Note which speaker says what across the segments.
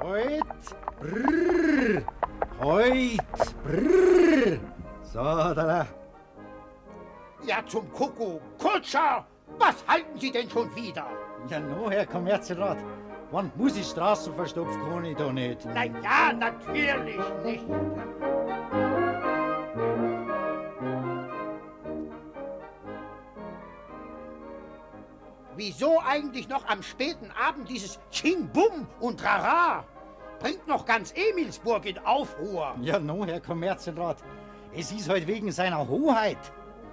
Speaker 1: Heut, brrr, heut, brrr. So, da,
Speaker 2: Ja, zum Kuckuck. Kutscher, was halten Sie denn schon wieder?
Speaker 1: Ja, no, Herr Kommerzienrat. Wann muss ich Straßen verstopft, kann ich da nicht.
Speaker 2: Na ja, natürlich nicht. Wieso eigentlich noch am späten Abend dieses Ching-Bum und Trara? Bringt noch ganz Emilsburg in Aufruhr.
Speaker 1: Ja, no, Herr Kommerzienrat. Es ist halt wegen seiner Hoheit,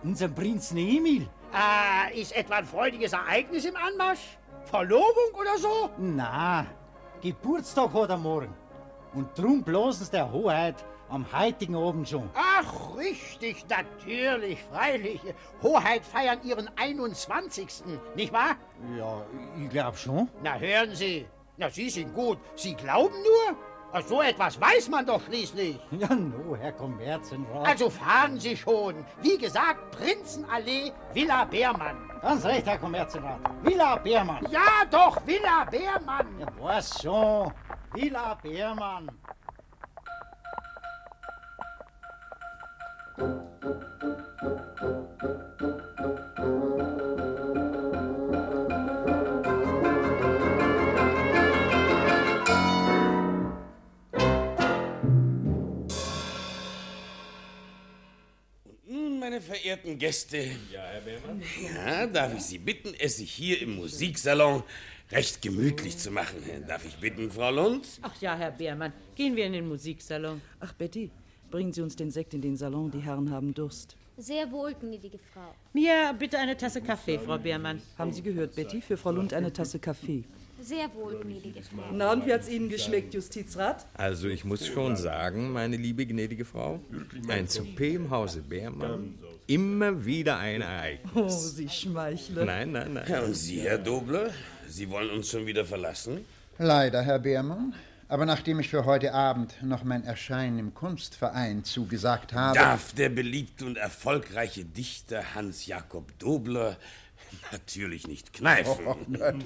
Speaker 1: unserem Prinzen Emil.
Speaker 2: Äh, ist etwa ein freudiges Ereignis im Anmarsch? Verlobung oder so?
Speaker 1: Na, Geburtstag hat er morgen. Und drum bloßens der Hoheit am heutigen Abend schon.
Speaker 2: Ach, richtig, natürlich, freilich. Hoheit feiern ihren 21. nicht wahr?
Speaker 1: Ja, ich glaub schon.
Speaker 2: Na, hören Sie. Na, Sie sind gut. Sie glauben nur? Ach, so etwas weiß man doch schließlich.
Speaker 1: Ja, no, Herr Kommerzienrat.
Speaker 2: Also fahren Sie schon. Wie gesagt, Prinzenallee, Villa Beermann.
Speaker 1: Ganz recht, Herr Kommerzienrat. Villa Beermann.
Speaker 2: Ja, doch, Villa Beermann.
Speaker 1: Ja, was schon. Villa Beermann.
Speaker 3: Hm, Meine verehrten Gäste. Ja, Herr Beermann. Ja, darf ich Sie bitten, es sich hier im Musiksalon recht gemütlich zu machen? Darf ich bitten, Frau Lund?
Speaker 4: Ach ja, Herr Beermann, gehen wir in den Musiksalon.
Speaker 5: Ach, Betty, bringen Sie uns den Sekt in den Salon, die Herren haben Durst.
Speaker 6: Sehr wohl, gnädige Frau.
Speaker 4: Mir bitte eine Tasse Kaffee, Frau Beermann.
Speaker 5: Haben Sie gehört, Betty? Für Frau Lund eine Tasse Kaffee.
Speaker 6: Sehr wohl, gnädige Frau.
Speaker 5: Na, und wie hat's Ihnen geschmeckt, Justizrat?
Speaker 7: Also ich muss schon sagen, meine liebe gnädige Frau, ein Souper im Hause Beermann, immer wieder ein Ereignis.
Speaker 5: Oh, Sie schmeicheln.
Speaker 7: Nein, nein, nein.
Speaker 3: Ja, und Sie, Herr Dobler? Sie wollen uns schon wieder verlassen?
Speaker 8: Leider, Herr Beermann. Aber nachdem ich für heute Abend noch mein Erscheinen im Kunstverein zugesagt habe.
Speaker 3: Darf der beliebte und erfolgreiche Dichter Hans Jakob Dobler natürlich nicht kneifen?
Speaker 9: Oh,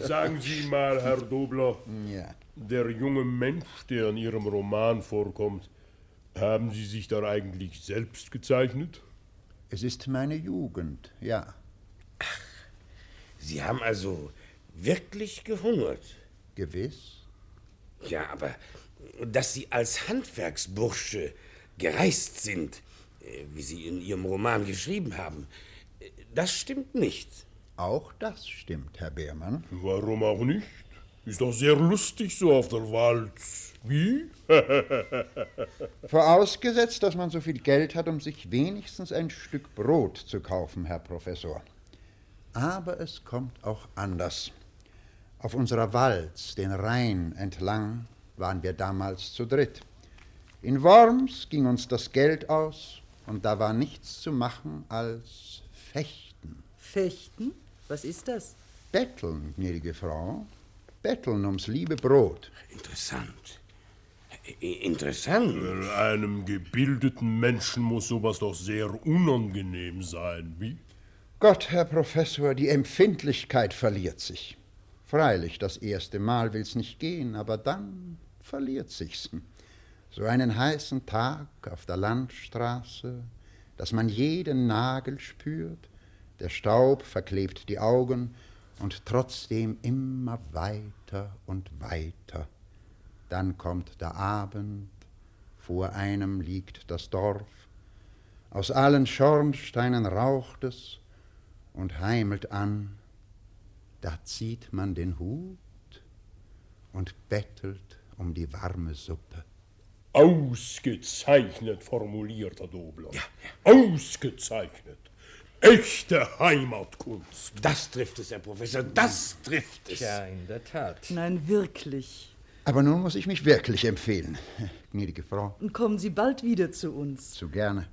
Speaker 9: Sagen Sie mal, Herr Dobler,
Speaker 8: Oh, Ja.
Speaker 9: der junge Mensch, der in Ihrem Roman vorkommt, haben Sie sich da eigentlich selbst gezeichnet?
Speaker 8: Es ist meine Jugend, ja.
Speaker 3: Sie haben also wirklich gehungert.
Speaker 8: Gewiss?
Speaker 3: Ja, aber dass Sie als Handwerksbursche gereist sind, äh, wie Sie in Ihrem Roman geschrieben haben, äh, das stimmt nicht.
Speaker 8: Auch das stimmt, Herr Beermann.
Speaker 9: Warum auch nicht? Ist doch sehr lustig so auf der Walz. Wie?
Speaker 8: Vorausgesetzt, dass man so viel Geld hat, um sich wenigstens ein Stück Brot zu kaufen, Herr Professor. Aber es kommt auch anders. Auf unserer Walz, den Rhein entlang, waren wir damals zu dritt. In Worms ging uns das Geld aus und da war nichts zu machen als fechten.
Speaker 5: Fechten? Was ist das?
Speaker 8: Betteln, gnädige Frau, betteln ums liebe Brot.
Speaker 3: Interessant. I- Interessant.
Speaker 9: Einem gebildeten Menschen muss sowas doch sehr unangenehm sein. Wie?
Speaker 8: Gott, Herr Professor, die Empfindlichkeit verliert sich. Freilich, das erste Mal will's nicht gehen, aber dann verliert sich's. So einen heißen Tag auf der Landstraße, dass man jeden Nagel spürt, der Staub verklebt die Augen und trotzdem immer weiter und weiter. Dann kommt der Abend, vor einem liegt das Dorf, aus allen Schornsteinen raucht es, und heimelt an, da zieht man den Hut und bettelt um die warme Suppe.
Speaker 9: Ausgezeichnet formuliert, Herr Dobler. Ausgezeichnet. Echte Heimatkunst.
Speaker 3: Das trifft es, Herr Professor, das trifft es.
Speaker 7: Ja, in der Tat.
Speaker 5: Nein, wirklich.
Speaker 8: Aber nun muss ich mich wirklich empfehlen, gnädige Frau.
Speaker 5: Und kommen Sie bald wieder zu uns.
Speaker 8: Zu gerne.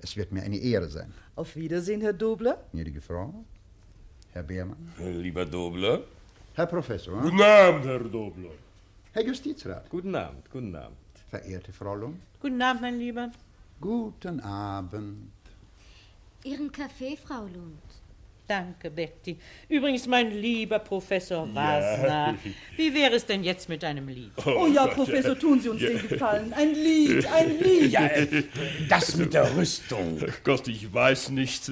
Speaker 8: Es wird mir eine Ehre sein,
Speaker 5: Auf Wiedersehen, Herr Dobler.
Speaker 8: gnädige Frau. Herr Beermann.
Speaker 3: Lieber Dobler,
Speaker 8: Herr Professor.
Speaker 9: Äh, Guten Abend, Herr Dobler.
Speaker 8: Herr Justizrat.
Speaker 7: Guten Abend, guten Abend.
Speaker 8: Verehrte Frau Lund.
Speaker 4: Guten Abend, mein Lieber.
Speaker 8: Guten Abend.
Speaker 6: Ihren Kaffee, Frau Lund.
Speaker 4: Danke, Betty. Übrigens, mein lieber Professor Wasner, wie wäre es denn jetzt mit einem Lied?
Speaker 5: Oh, ja, Professor, tun Sie uns den Gefallen. Ein Lied, ein Lied.
Speaker 3: ja, äh, das mit der Rüstung.
Speaker 9: Gott, ich weiß nicht,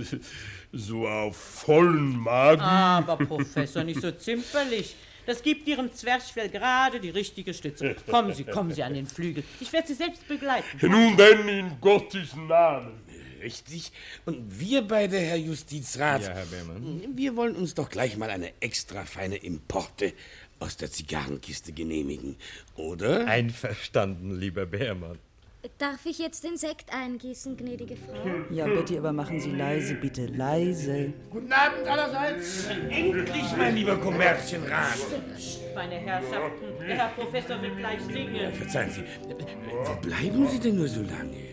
Speaker 9: so auf vollen Magen.
Speaker 4: Aber, Professor, nicht so zimperlich. Das gibt Ihrem Zwerchfell gerade die richtige Stütze. Kommen Sie, kommen Sie an den Flügel. Ich werde Sie selbst begleiten.
Speaker 9: Nun denn in Gottes Namen.
Speaker 3: Richtig. Und wir beide, Herr Justizrat,
Speaker 7: Ja, Herr Beermann.
Speaker 3: wir wollen uns doch gleich mal eine extra feine Importe aus der Zigarrenkiste genehmigen, oder?
Speaker 7: Einverstanden, lieber Beermann.
Speaker 6: Darf ich jetzt den Sekt eingießen, gnädige Frau?
Speaker 5: Ja, Betty, aber machen Sie leise, bitte, leise.
Speaker 2: Guten Abend allerseits.
Speaker 3: Endlich, mein lieber Kommerzienrat.
Speaker 4: Meine Herrschaften, der Herr Professor wird gleich singen.
Speaker 3: Verzeihen Sie, wo bleiben Sie denn nur so lange?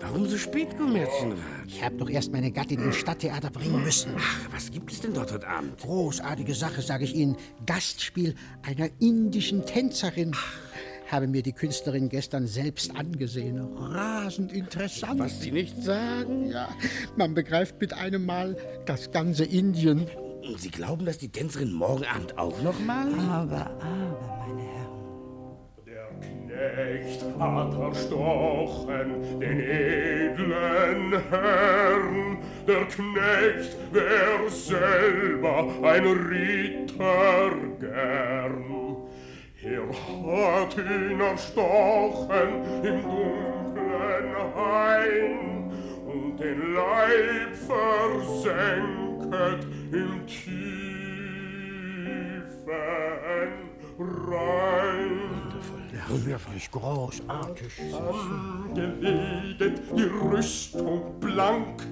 Speaker 3: Warum so spät, Kommerzienrat?
Speaker 2: Ich habe doch erst meine Gattin ins Stadttheater bringen müssen.
Speaker 3: Ach, was gibt es denn dort heute Abend?
Speaker 2: Großartige Sache, sage ich Ihnen. Gastspiel einer indischen Tänzerin. Habe mir die Künstlerin gestern selbst angesehen. Rasend interessant.
Speaker 3: Was Sie nicht sagen?
Speaker 2: Ja, man begreift mit einem Mal das ganze Indien.
Speaker 3: Und Sie glauben, dass die Tänzerin morgen Abend auch noch mal?
Speaker 5: Aber, aber, meine Herren.
Speaker 9: Der Knecht hat erstochen den edlen Herrn. Der Knecht wär selber ein Ritter gern. Er hat ihn erstochen im dunklen Hain und den Leib versenket im tiefen Rhein.
Speaker 2: Wirklich großartig.
Speaker 9: Angewedet die Rüstung blank,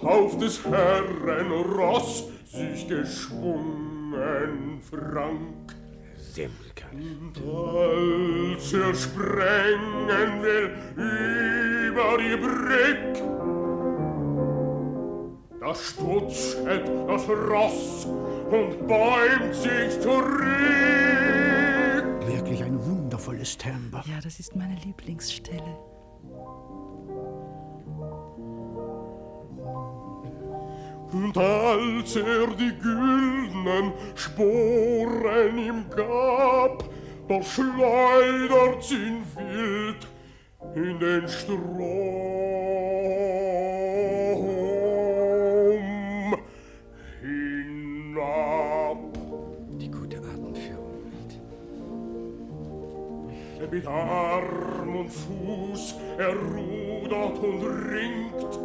Speaker 9: auf des Herren Ross sich geschwungen frank.
Speaker 3: Semmelkant.
Speaker 9: Und als er sprengen will über die Brück, da stutzet das Ross und bäumt sich zurück.
Speaker 2: Wirklich ein wundervolles Temper.
Speaker 5: Ja, das ist meine Lieblingsstelle.
Speaker 9: Und als er die güldnen Sporen ihm gab, da schleudert's ihn wild in den Strom hinab.
Speaker 7: Die gute Atemführung.
Speaker 9: Mit Arm und Fuß er rudert und ringt.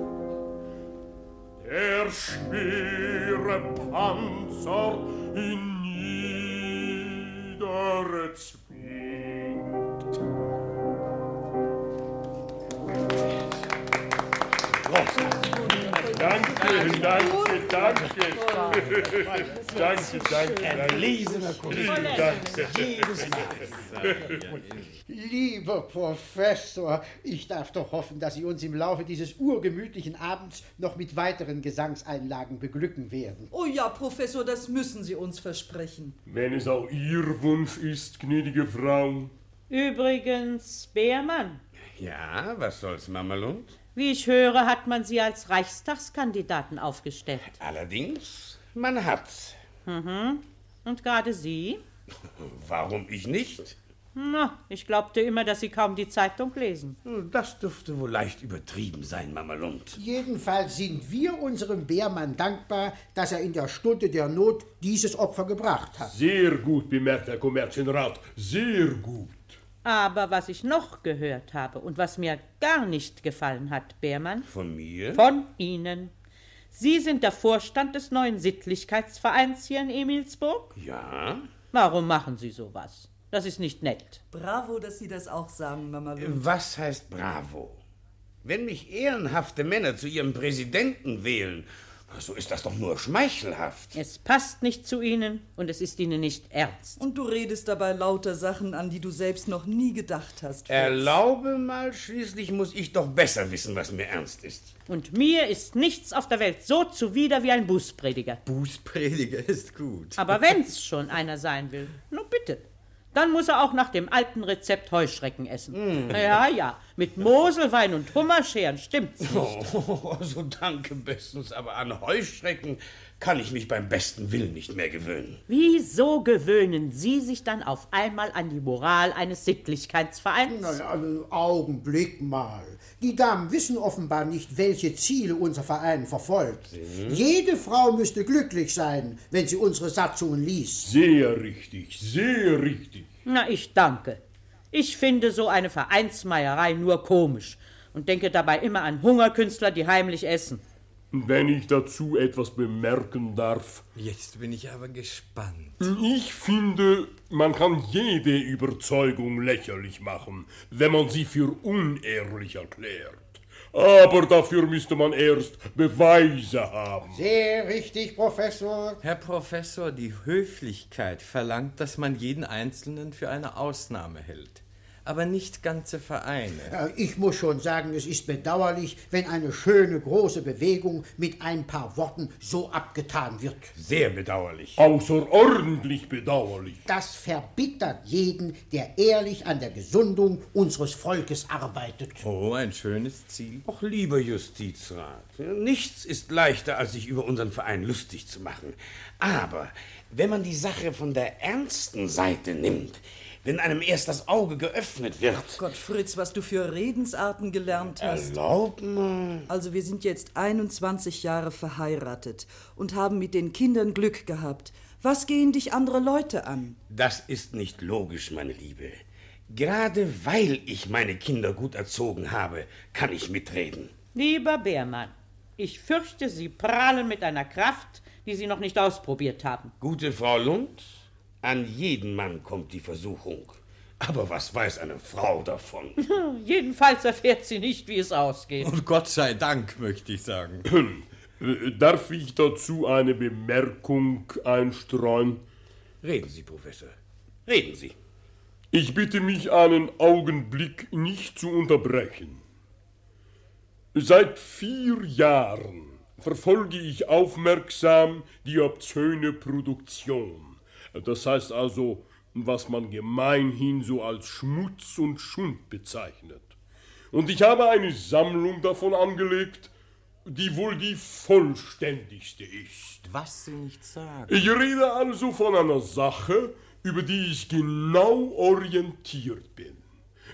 Speaker 9: Der schwere Panzer ihn niederzwingt. Danke, danke, danke. Danke, danke,
Speaker 3: Lesener Kunst.
Speaker 9: danke.
Speaker 3: Jedes Mal.
Speaker 2: Lieber Professor, ich darf doch hoffen, dass Sie uns im Laufe dieses urgemütlichen Abends noch mit weiteren Gesangseinlagen beglücken werden.
Speaker 5: Oh ja, Professor, das müssen Sie uns versprechen.
Speaker 9: Wenn es auch Ihr Wunsch ist, gnädige Frau,
Speaker 4: Übrigens, Beermann,
Speaker 3: Ja, was soll's, Mamalund?
Speaker 4: wie ich höre, hat man Sie als Reichstagskandidaten aufgestellt. Mhm.
Speaker 3: Allerdings, man hat's.
Speaker 4: Und gerade Sie?
Speaker 3: Warum ich nicht?
Speaker 4: Na, ich glaubte immer, dass Sie kaum die Zeitung lesen.
Speaker 3: Hm, Das dürfte wohl leicht übertrieben sein, Mamalund.
Speaker 2: Jedenfalls sind wir unserem Bärmann dankbar, dass er in der Stunde der Not dieses Opfer gebracht hat.
Speaker 9: Sehr gut bemerkt, Herr Kommerzienrat. Sehr gut.
Speaker 4: Aber was ich noch gehört habe und was mir gar nicht gefallen hat, Beermann,
Speaker 3: Von mir?
Speaker 4: von Ihnen. Sie sind der Vorstand des neuen Sittlichkeitsvereins hier in Emilsburg?
Speaker 3: Ja.
Speaker 4: Warum machen Sie sowas? Das ist nicht nett.
Speaker 5: Bravo, dass Sie das auch sagen, Mama Wim.
Speaker 3: Was heißt Bravo? Wenn mich ehrenhafte Männer zu ihrem Präsidenten wählen, so ist das doch nur schmeichelhaft.
Speaker 4: Es passt nicht zu Ihnen und es ist Ihnen nicht ernst.
Speaker 5: Und du redest dabei lauter Sachen an, die du selbst noch nie gedacht hast. Fritz.
Speaker 3: Erlaube mal, schließlich muss ich doch besser wissen, was mir ernst ist.
Speaker 4: Und mir ist nichts auf der Welt so zuwider wie ein Bußprediger.
Speaker 7: Bußprediger ist gut.
Speaker 4: Aber wenn's schon einer sein will, nun bitte. Dann muss er auch nach dem alten Rezept Heuschrecken essen. Ja, ja, mit Moselwein und Hummerscheren, stimmt's.
Speaker 3: Oh, so danke bestens, aber an Heuschrecken kann ich mich beim besten Willen nicht mehr gewöhnen.
Speaker 4: Wieso gewöhnen Sie sich dann auf einmal an die Moral eines Sittlichkeitsvereins?
Speaker 2: Na ja, also, Augenblick mal. Die Damen wissen offenbar nicht, welche Ziele unser Verein verfolgt.
Speaker 4: Hm?
Speaker 7: Mhm.
Speaker 2: Jede Frau müsste glücklich sein, wenn sie unsere Satzungen liest.
Speaker 9: Sehr richtig, sehr richtig.
Speaker 4: Na, ich danke. Ich finde so eine Vereinsmeierei nur komisch und denke dabei immer an Hungerkünstler, die heimlich essen.
Speaker 9: Wenn ich dazu etwas bemerken darf.
Speaker 7: Jetzt bin ich aber gespannt.
Speaker 9: Ich finde, man kann jede Überzeugung lächerlich machen, wenn man sie für unehrlich erklärt. Aber dafür müsste man erst Beweise haben.
Speaker 2: Sehr richtig, Professor.
Speaker 7: Herr Professor, die Höflichkeit verlangt, dass man jeden Einzelnen für eine Ausnahme hält. Aber nicht ganze Vereine.
Speaker 2: Äh, Ich muss schon sagen, es ist bedauerlich, wenn eine schöne große Bewegung mit ein paar Worten so abgetan wird.
Speaker 3: Sehr bedauerlich.
Speaker 9: Außerordentlich bedauerlich.
Speaker 2: Das verbittert jeden, der ehrlich an der Gesundung unseres Volkes arbeitet.
Speaker 7: Oh, ein schönes Ziel.
Speaker 3: Ach, lieber Justizrat, nichts ist leichter, als sich über unseren Verein lustig zu machen. Aber wenn man die Sache von der ernsten Seite nimmt, wenn einem erst das Auge geöffnet wird.
Speaker 5: Gott, Fritz, was du für Redensarten gelernt hast.
Speaker 3: Erlaub mal.
Speaker 5: Also wir sind jetzt 21 Jahre verheiratet und haben mit den Kindern Glück gehabt. Was gehen dich andere Leute an?
Speaker 3: Das ist nicht logisch, meine Liebe. Gerade weil ich meine Kinder gut erzogen habe, kann ich mitreden.
Speaker 4: Lieber Beermann, ich fürchte, Sie prahlen mit einer Kraft, die Sie noch nicht ausprobiert haben.
Speaker 3: Gute Frau Lund, an jeden Mann kommt die Versuchung. Aber was weiß eine Frau davon?
Speaker 4: Jedenfalls erfährt sie nicht, wie es ausgeht.
Speaker 7: Und Gott sei Dank, möchte ich sagen.
Speaker 9: Äh, Darf ich dazu eine Bemerkung einstreuen?
Speaker 3: Reden Sie, Professor. Reden Sie.
Speaker 9: Ich bitte mich, einen Augenblick nicht zu unterbrechen. Seit vier Jahren verfolge ich aufmerksam die obszöne Produktion. Das heißt also, was man gemeinhin so als Schmutz und Schund bezeichnet. Und ich habe eine Sammlung davon angelegt, die wohl die vollständigste ist.
Speaker 7: Was Sie nicht sagen.
Speaker 9: Ich rede also von einer Sache, über die ich genau orientiert bin.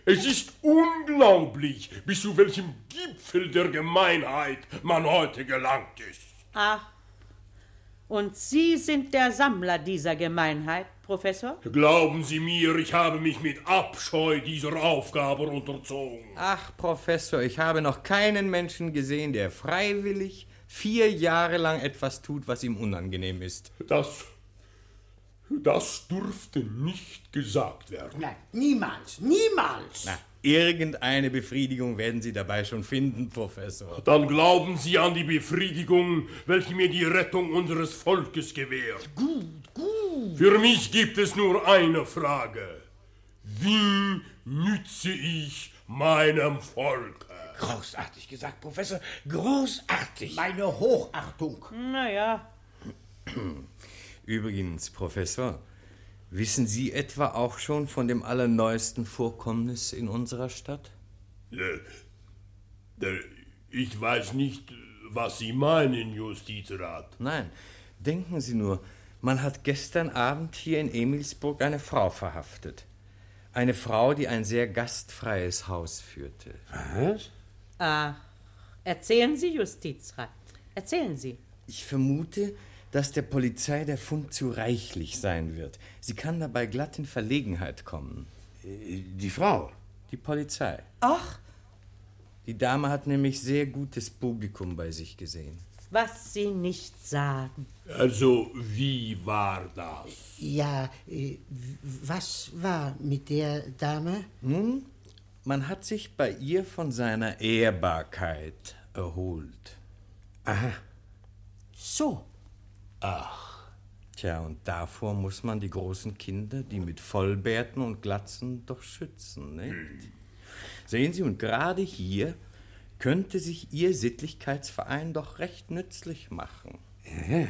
Speaker 9: Es ist unglaublich, bis zu welchem Gipfel der Gemeinheit man heute gelangt ist.
Speaker 4: Ach, und Sie sind der Sammler dieser Gemeinheit, Professor?
Speaker 9: Glauben Sie mir, ich habe mich mit Abscheu dieser Aufgabe unterzogen.
Speaker 7: Ach, Professor, ich habe noch keinen Menschen gesehen, der freiwillig vier Jahre lang etwas tut, was ihm unangenehm ist.
Speaker 9: Das. das durfte nicht gesagt werden.
Speaker 2: Nein, niemals, niemals.
Speaker 7: Na, irgendeine Befriedigung werden Sie dabei schon finden, Professor.
Speaker 9: Dann glauben Sie an die Befriedigung, welche mir die Rettung unseres Volkes gewährt.
Speaker 2: Gut, gut.
Speaker 9: Für mich gibt es nur eine Frage. Wie nütze ich meinem Volk?
Speaker 3: Großartig gesagt, Professor. Großartig.
Speaker 2: Meine Hochachtung.
Speaker 4: Naja,
Speaker 7: Übrigens, Professor, wissen Sie etwa auch schon von dem allerneuesten Vorkommnis in unserer Stadt?
Speaker 9: Äh, äh, Ich weiß nicht, was Sie meinen, Justizrat.
Speaker 7: Nein, denken Sie nur, man hat gestern Abend hier in Emilsburg eine Frau verhaftet. Eine Frau, die ein sehr gastfreies Haus führte.
Speaker 4: ah, erzählen Sie, Justizrat. Erzählen Sie.
Speaker 7: Ich vermute, dass der Polizei der Fund zu reichlich sein wird. Sie kann dabei glatt in Verlegenheit kommen.
Speaker 3: Die Frau.
Speaker 7: Die Polizei.
Speaker 5: Ach,
Speaker 7: Die Dame hat nämlich sehr gutes Publikum bei sich gesehen.
Speaker 4: was Sie nicht sagen.
Speaker 10: Also, wie war das?
Speaker 2: Ja, äh, was war mit der Dame?
Speaker 7: Nun, Hm? man hat sich bei ihr von seiner Ehrbarkeit erholt. Aha.
Speaker 2: So.
Speaker 7: Ach. Tja, und davor muss man die großen Kinder, die mit Vollbärten und Glatzen, doch schützen, nicht? Sehen Sie, und gerade hier könnte sich Ihr Sittlichkeitsverein doch recht nützlich machen.
Speaker 3: äh,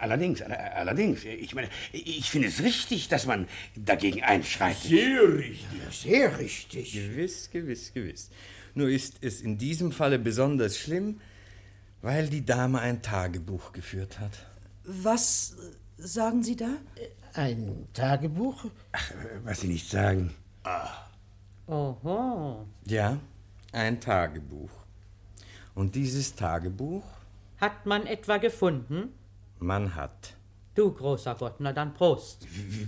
Speaker 3: Allerdings, äh, allerdings, ich meine, ich finde es richtig, dass man dagegen einschreitet.
Speaker 10: Sehr richtig.
Speaker 2: Sehr richtig.
Speaker 7: Gewiss, gewiss, gewiss. Nur ist es in diesem Falle besonders schlimm, weil die Dame ein Tagebuch geführt hat.
Speaker 5: Was äh, sagen Sie da?
Speaker 2: Ein Tagebuch?
Speaker 3: Ach, Äh, was Sie nicht sagen.
Speaker 4: Oho.
Speaker 7: Ja, ein Tagebuch. Und dieses Tagebuch
Speaker 4: Hat man etwa gefunden?
Speaker 7: man hat.
Speaker 4: Du großer Gott, na dann Prost.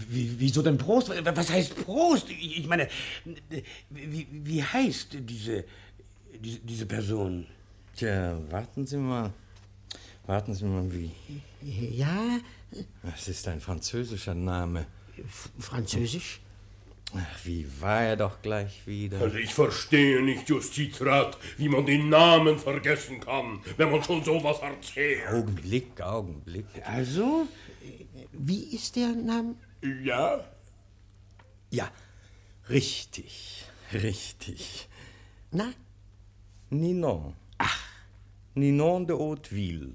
Speaker 3: Wieso denn Prost? Was heißt Prost? Ich ich meine, wie, wie heißt diese, diese, diese Person?
Speaker 7: Tja, warten Sie mal. Warten Sie mal, wie.
Speaker 2: Ja,
Speaker 7: Das ist ein französischer Name.
Speaker 2: Französisch?
Speaker 7: Ach, wie war er doch gleich wieder?
Speaker 11: Also ich verstehe nicht, Justizrat, wie man den Namen vergessen kann, wenn man schon sowas erzählt.
Speaker 7: Augenblick, Augenblick.
Speaker 3: Also?
Speaker 2: Wie ist der Name?
Speaker 11: Ja?
Speaker 7: Ja, richtig, richtig.
Speaker 2: Na,
Speaker 7: Ninon. Ach. Ninon de Hauteville.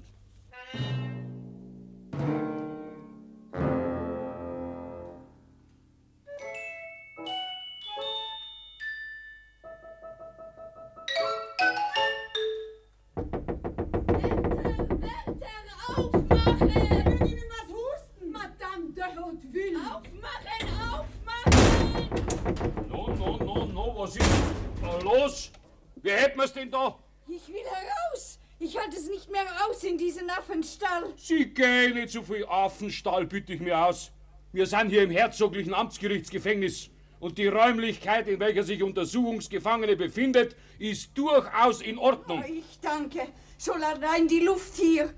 Speaker 11: No, no, no, no, was ist da los? Wie hätten wir's denn da?
Speaker 12: Ich will heraus! Ich halte es nicht mehr aus in diesen Affenstall!
Speaker 11: Sie gehen nicht so viel Affenstall, bitte ich mir aus. Wir sind hier im herzoglichen Amtsgerichtsgefängnis. Und die Räumlichkeit, in welcher sich Untersuchungsgefangene befindet, ist durchaus in Ordnung.
Speaker 12: Ich danke! Schon allein die Luft hier!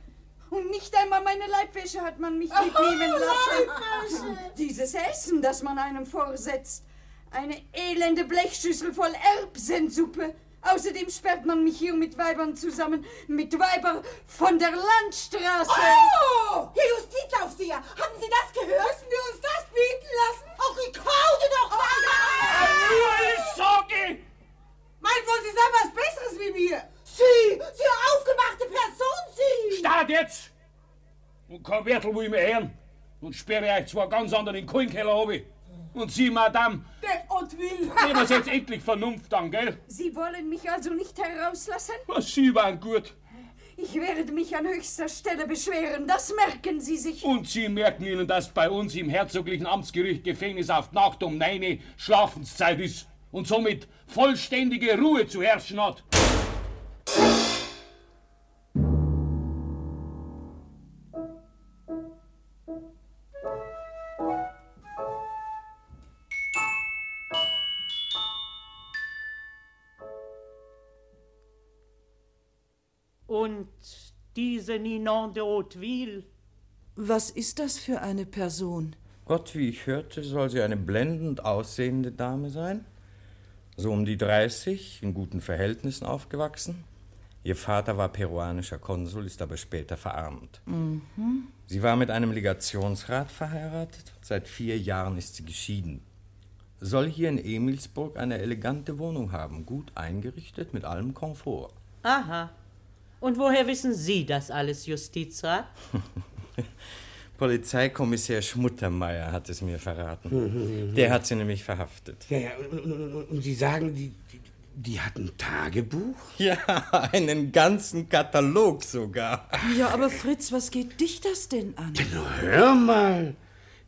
Speaker 12: Und nicht einmal meine Leibwäsche hat man
Speaker 13: Oh,
Speaker 12: mich mitnehmen lassen. Dieses Essen, das man einem vorsetzt. Eine elende Blechschüssel voll Erbsensuppe. Außerdem sperrt man mich hier mit Weibern zusammen. Mit Weiber von der Landstraße.
Speaker 13: Oh! Herr Justizaufseher, haben Sie das gehört? Müssen wir uns das bieten lassen? Auch Rekorde doch weiter!
Speaker 11: Ich sage,
Speaker 13: Meint wohl, Sie seien was Besseres wie wir? Sie, Sie aufgemachte Person, Sie!
Speaker 11: start jetzt! Und kein Wertel will ich mir hören. Und sperre euch zwar ganz anderen in den Kohlenkeller runter. Und Sie, Madame,
Speaker 13: Der Ottwil!
Speaker 11: nehmen Sie jetzt endlich Vernunft an, gell?
Speaker 12: Sie wollen mich also nicht herauslassen?
Speaker 11: Was Sie waren gut.
Speaker 12: Ich werde mich an höchster Stelle beschweren, das merken Sie sich.
Speaker 11: Und Sie merken Ihnen, dass bei uns im herzoglichen Amtsgericht Gefängnis auf Nacht um 9 Uhr Schlafenszeit ist und somit vollständige Ruhe zu herrschen hat.
Speaker 4: Und diese Ninon de Hauteville,
Speaker 5: Was ist das für eine Person?
Speaker 7: Gott, wie ich hörte, soll sie eine blendend aussehende Dame sein. So um die 30, in guten Verhältnissen aufgewachsen. Ihr Vater war peruanischer Konsul, ist aber später verarmt.
Speaker 3: Mhm.
Speaker 7: Sie war mit einem Legationsrat verheiratet. Seit vier Jahren ist sie geschieden. Soll hier in Emilsburg eine elegante Wohnung haben, gut eingerichtet, mit allem Komfort.
Speaker 4: aha. Und woher wissen Sie das alles, Justizrat?
Speaker 7: Polizeikommissär Schmuttermeier hat es mir verraten. Der hat sie nämlich verhaftet.
Speaker 3: Ja, ja, und, und, und, und Sie sagen, die, die, die hat ein Tagebuch?
Speaker 7: Ja, einen ganzen Katalog sogar.
Speaker 5: Ja, aber Fritz, was geht dich das denn an?
Speaker 3: Hör mal,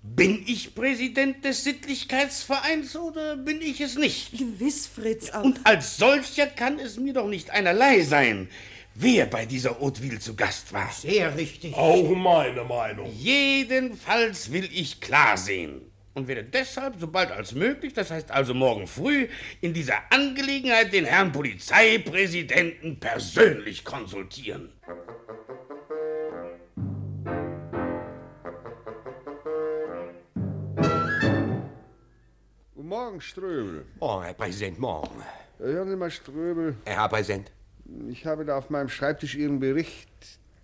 Speaker 3: bin ich Präsident des Sittlichkeitsvereins oder bin ich es nicht?
Speaker 5: Gewiss, Fritz, aber
Speaker 3: Und als solcher kann es mir doch nicht einerlei sein, wer bei dieser Hauteville zu Gast war.
Speaker 2: sehr richtig.
Speaker 11: Auch meine Meinung.
Speaker 3: Jedenfalls will ich klar sehen und werde deshalb so bald als möglich, das heißt also morgen früh, in dieser Angelegenheit den Herrn Polizeipräsidenten persönlich konsultieren.
Speaker 14: Ströbel.
Speaker 15: Morgen, Herr Präsident, morgen.
Speaker 14: Hören Sie mal, Ströbel.
Speaker 15: Herr Präsident.
Speaker 14: Ich habe da auf meinem Schreibtisch Ihren Bericht,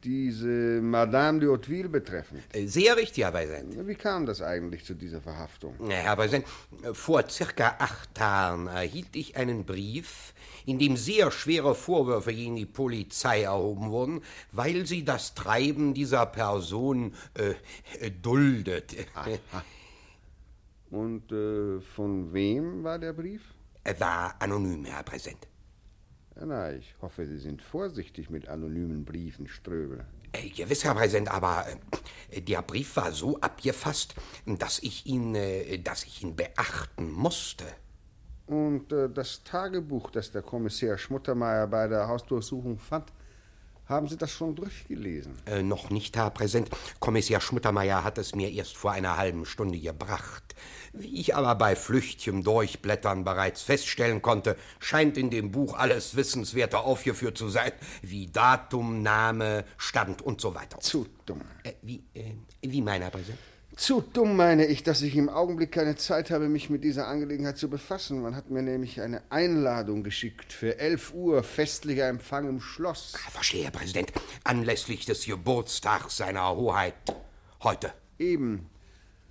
Speaker 14: diese Madame de Hauteville betreffend.
Speaker 15: Äh, Sehr richtig, Herr Präsident.
Speaker 14: Wie kam das eigentlich zu dieser Verhaftung?
Speaker 15: Äh, Herr Präsident, vor circa acht Tagen erhielt ich einen Brief, in dem sehr schwere Vorwürfe gegen die Polizei erhoben wurden, weil sie das Treiben dieser Person äh, äh, duldet.
Speaker 14: Und äh, von wem war der Brief?
Speaker 15: Er war anonym, Herr Präsident.
Speaker 14: Na, ich hoffe, Sie sind vorsichtig mit anonymen Briefen, Ströbel.
Speaker 15: Äh, Gewiss, Herr Präsident, aber äh, der Brief war so abgefasst, dass ich ihn, äh, dass ich ihn beachten musste.
Speaker 14: Und äh, das Tagebuch, das der Kommissär Schmuttermeier bei der Hausdurchsuchung fand, haben Sie das schon durchgelesen?
Speaker 15: Äh, noch nicht, Herr Präsident. Kommissar Schmuttermeier hat es mir erst vor einer halben Stunde gebracht. Wie ich aber bei flüchtigem Durchblättern bereits feststellen konnte, scheint in dem Buch alles Wissenswerte aufgeführt zu sein, wie Datum, Name, Stand und so weiter.
Speaker 14: Zu dumm.
Speaker 15: Äh, wie, äh, wie mein Herr Präsident?
Speaker 14: Zu dumm meine ich, dass ich im Augenblick keine Zeit habe, mich mit dieser Angelegenheit zu befassen. Man hat mir nämlich eine Einladung geschickt für 11 Uhr, festlicher Empfang im Schloss.
Speaker 15: Verstehe, Herr Präsident. Anlässlich des Geburtstags seiner Hoheit. Heute.
Speaker 14: Eben.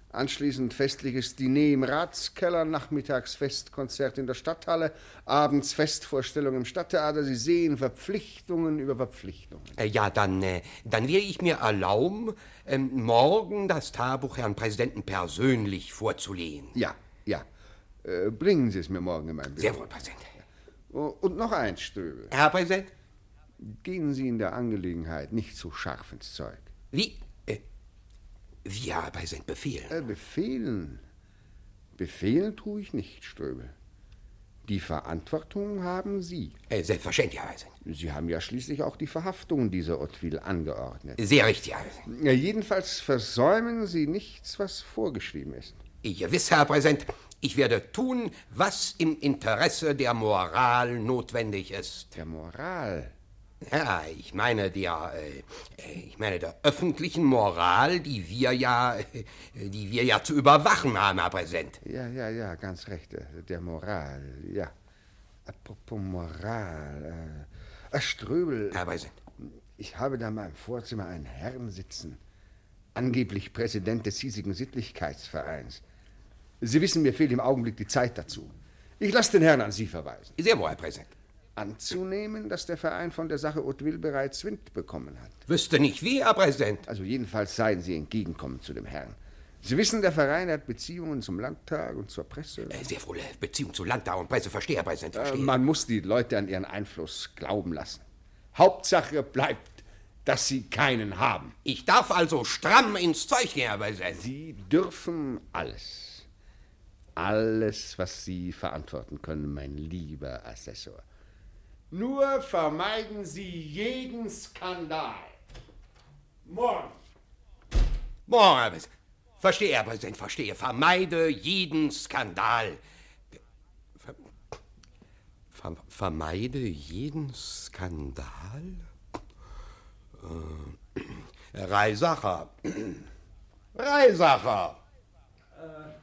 Speaker 14: Anschließend festliches Diner im Ratskeller, nachmittags Festkonzert in der Stadthalle, abends Festvorstellung im Stadttheater. Sie sehen Verpflichtungen über Verpflichtungen.
Speaker 15: Äh, Ja, dann, äh, dann will ich mir erlauben, ähm, morgen das Tagebuch Herrn Präsidenten persönlich vorzulegen.
Speaker 14: Ja, ja. Äh, bringen Sie es mir morgen in mein Büro.
Speaker 15: Sehr wohl, Präsident.
Speaker 14: Oh, Und noch eins, Ströbel.
Speaker 15: Herr Präsident?
Speaker 14: Gehen Sie in der Angelegenheit nicht so scharf ins Zeug.
Speaker 15: Wie? Äh, Wie, Herr Präsident, befehlen?
Speaker 14: Äh, befehlen? Befehlen tue ich nicht, Ströbel. Die Verantwortung haben Sie.
Speaker 15: Äh, selbstverständlich, Herr Präsident.
Speaker 14: Sie haben ja schließlich auch die Verhaftung dieser Ottwil angeordnet.
Speaker 15: Sehr richtig, Herr Präsident.
Speaker 14: Ja, jedenfalls versäumen Sie nichts, was vorgeschrieben ist.
Speaker 15: Ihr wisst, Herr Präsident, äh, ich werde tun, was im Interesse der Moral notwendig ist.
Speaker 14: Der Moral?
Speaker 15: Ja, ich meine der, äh, äh, ich meine der öffentlichen Moral, die wir ja, äh, die wir ja zu überwachen haben, Herr Präsident.
Speaker 14: Ja, ja, ja, ganz recht. äh, Der Moral, ja. Apropos Moral. Äh, Herr Ströbel.
Speaker 15: Herr Präsident.
Speaker 14: Ich habe da mal im Vorzimmer einen Herrn sitzen. Angeblich Präsident des hiesigen Sittlichkeitsvereins. Sie wissen, mir fehlt im Augenblick die Zeit dazu. Ich lasse den Herrn an Sie verweisen.
Speaker 15: Sehr wohl, Herr Präsident.
Speaker 14: Anzunehmen, dass der Verein von der Sache Hauteville bereits Wind bekommen hat.
Speaker 15: Wüsste nicht wie, Herr Präsident.
Speaker 14: Also jedenfalls seien Sie entgegenkommen zu dem Herrn. Sie wissen, der Verein hat Beziehungen zum Landtag und zur Presse.
Speaker 15: Äh, Sehr wohl, äh, Beziehung zu Landtag und Presse, verstehe, Herr Präsident,
Speaker 14: Äh,
Speaker 15: verstehe.
Speaker 14: Man muss die Leute an ihren Einfluss glauben lassen. Hauptsache bleibt, dass sie keinen haben.
Speaker 15: ich darf also stramm ins Zeug gehen, Herr Präsident.
Speaker 14: Sie dürfen alles. Alles, was Sie verantworten können, mein lieber Assessor. Nur vermeiden Sie jeden Skandal. Morgen.
Speaker 15: Morgen, Herr Präsident. Verstehe, Herr Präsident, verstehe. Vermeide jeden Skandal. Ver ver vermeide jeden Skandal? Äh, Reisacher. Reisacher.
Speaker 16: Äh,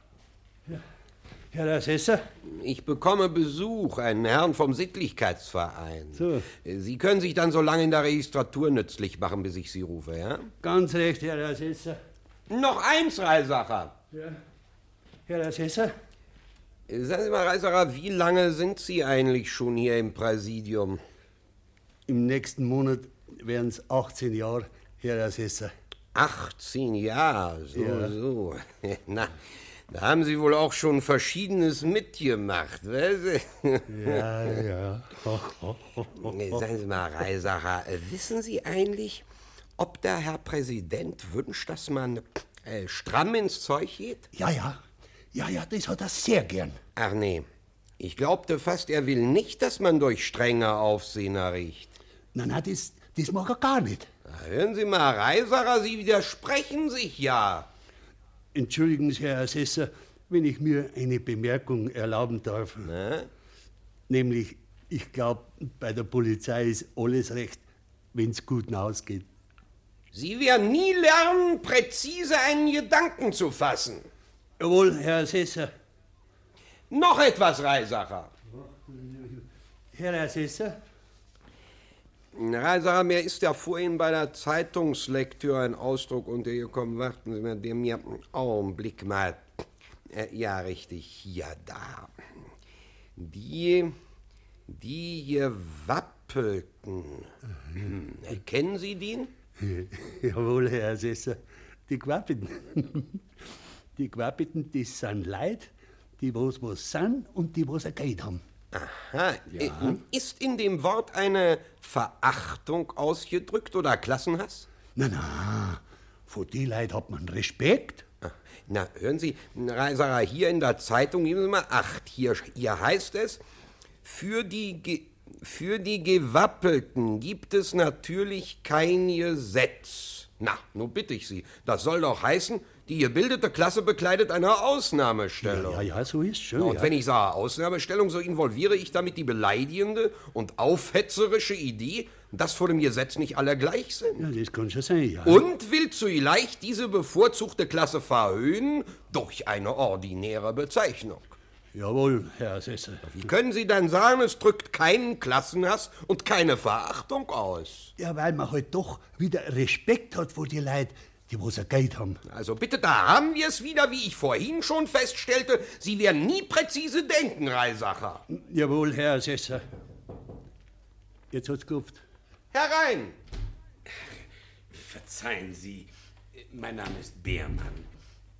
Speaker 16: Herr Assessor?
Speaker 15: Ich bekomme Besuch, einen Herrn vom Sittlichkeitsverein. Sie können sich dann so lange in der Registratur nützlich machen, bis ich Sie rufe, ja?
Speaker 16: Ganz recht, Herr Assessor.
Speaker 15: Noch eins, Reisacher.
Speaker 16: Ja. Herr Assessor?
Speaker 15: Sagen Sie mal, Reisacher, wie lange sind Sie eigentlich schon hier im Präsidium?
Speaker 16: Im nächsten Monat wären es 18 Jahre, Herr Assessor.
Speaker 15: 18 Jahre, so,
Speaker 16: Ja.
Speaker 15: so. Na, da haben Sie wohl auch schon Verschiedenes mitgemacht, weißt du?
Speaker 16: Ja, ja.
Speaker 15: Sagen Sie mal, Reisacher, äh, wissen Sie eigentlich, ob der Herr Präsident wünscht, dass man äh, stramm ins Zeug geht?
Speaker 16: Ja, ja. Ja, ja, das hat er sehr gern.
Speaker 15: Ach nee, ich glaubte fast, er will nicht, dass man durch strenge Aufsehen erregt.
Speaker 16: Nein, nein, das, das mag er gar nicht.
Speaker 15: Na, hören Sie mal, Reisacher, Sie widersprechen sich ja.
Speaker 16: Entschuldigen Sie, Herr Assessor, wenn ich mir eine Bemerkung erlauben darf. Nämlich, ich glaube, bei der Polizei ist alles recht, wenn es gut ausgeht.
Speaker 15: Sie werden nie lernen, präzise einen Gedanken zu fassen.
Speaker 16: Jawohl, Herr Assessor.
Speaker 15: Noch etwas, Reisacher.
Speaker 16: Herr Assessor?
Speaker 15: Reisacher, mir ist ja vorhin bei der Zeitungslektüre ein Ausdruck untergekommen. Warten Sie mal, dem hier. Augenblick mal. Äh, Ja, richtig, hier, da. Die, die hier wappelten. Hm, Erkennen Sie den?
Speaker 16: Jawohl, Herr Assessor. Die Quapiten. Die Quapiten, das sind Leute, die was was sind und die was ein Geld haben.
Speaker 1: Ah.
Speaker 15: Aha, äh, Ist in dem Wort eine Verachtung ausgedrückt oder Klassenhass?
Speaker 16: Na, na, vor die Leid hat man Respekt.
Speaker 15: Ah, Na, hören Sie, Reiserer, hier in der Zeitung, geben Sie mal acht, hier, hier heißt es, für die, Ge für die Gewappelten gibt es natürlich kein Gesetz. Na, nun bitte ich Sie, das soll doch heißen, die gebildete Klasse bekleidet eine Ausnahmestellung. Ja,
Speaker 16: ja, so ist schön.
Speaker 15: Und
Speaker 16: ja.
Speaker 15: wenn ich sage Ausnahmestellung, so involviere ich damit die beleidigende und aufhetzerische Idee, dass vor dem Gesetz nicht alle gleich sind.
Speaker 16: Ja, das kann schon sein, ja.
Speaker 15: Und will zugleich diese bevorzugte Klasse verhöhnen durch eine ordinäre Bezeichnung.
Speaker 16: Jawohl, Herr Assessor.
Speaker 15: Wie können Sie dann sagen, es drückt keinen Klassenhass und keine Verachtung aus?
Speaker 16: Ja, weil man halt doch wieder Respekt hat vor die Leute, die was ein Geld haben.
Speaker 15: Also bitte, da haben wir es wieder, wie ich vorhin schon feststellte. Sie werden nie präzise denken, Reisacher.
Speaker 16: Jawohl, Herr Assessor. Jetzt hat's gerufen.
Speaker 15: Herein!
Speaker 3: Verzeihen Sie, mein Name ist Beermann.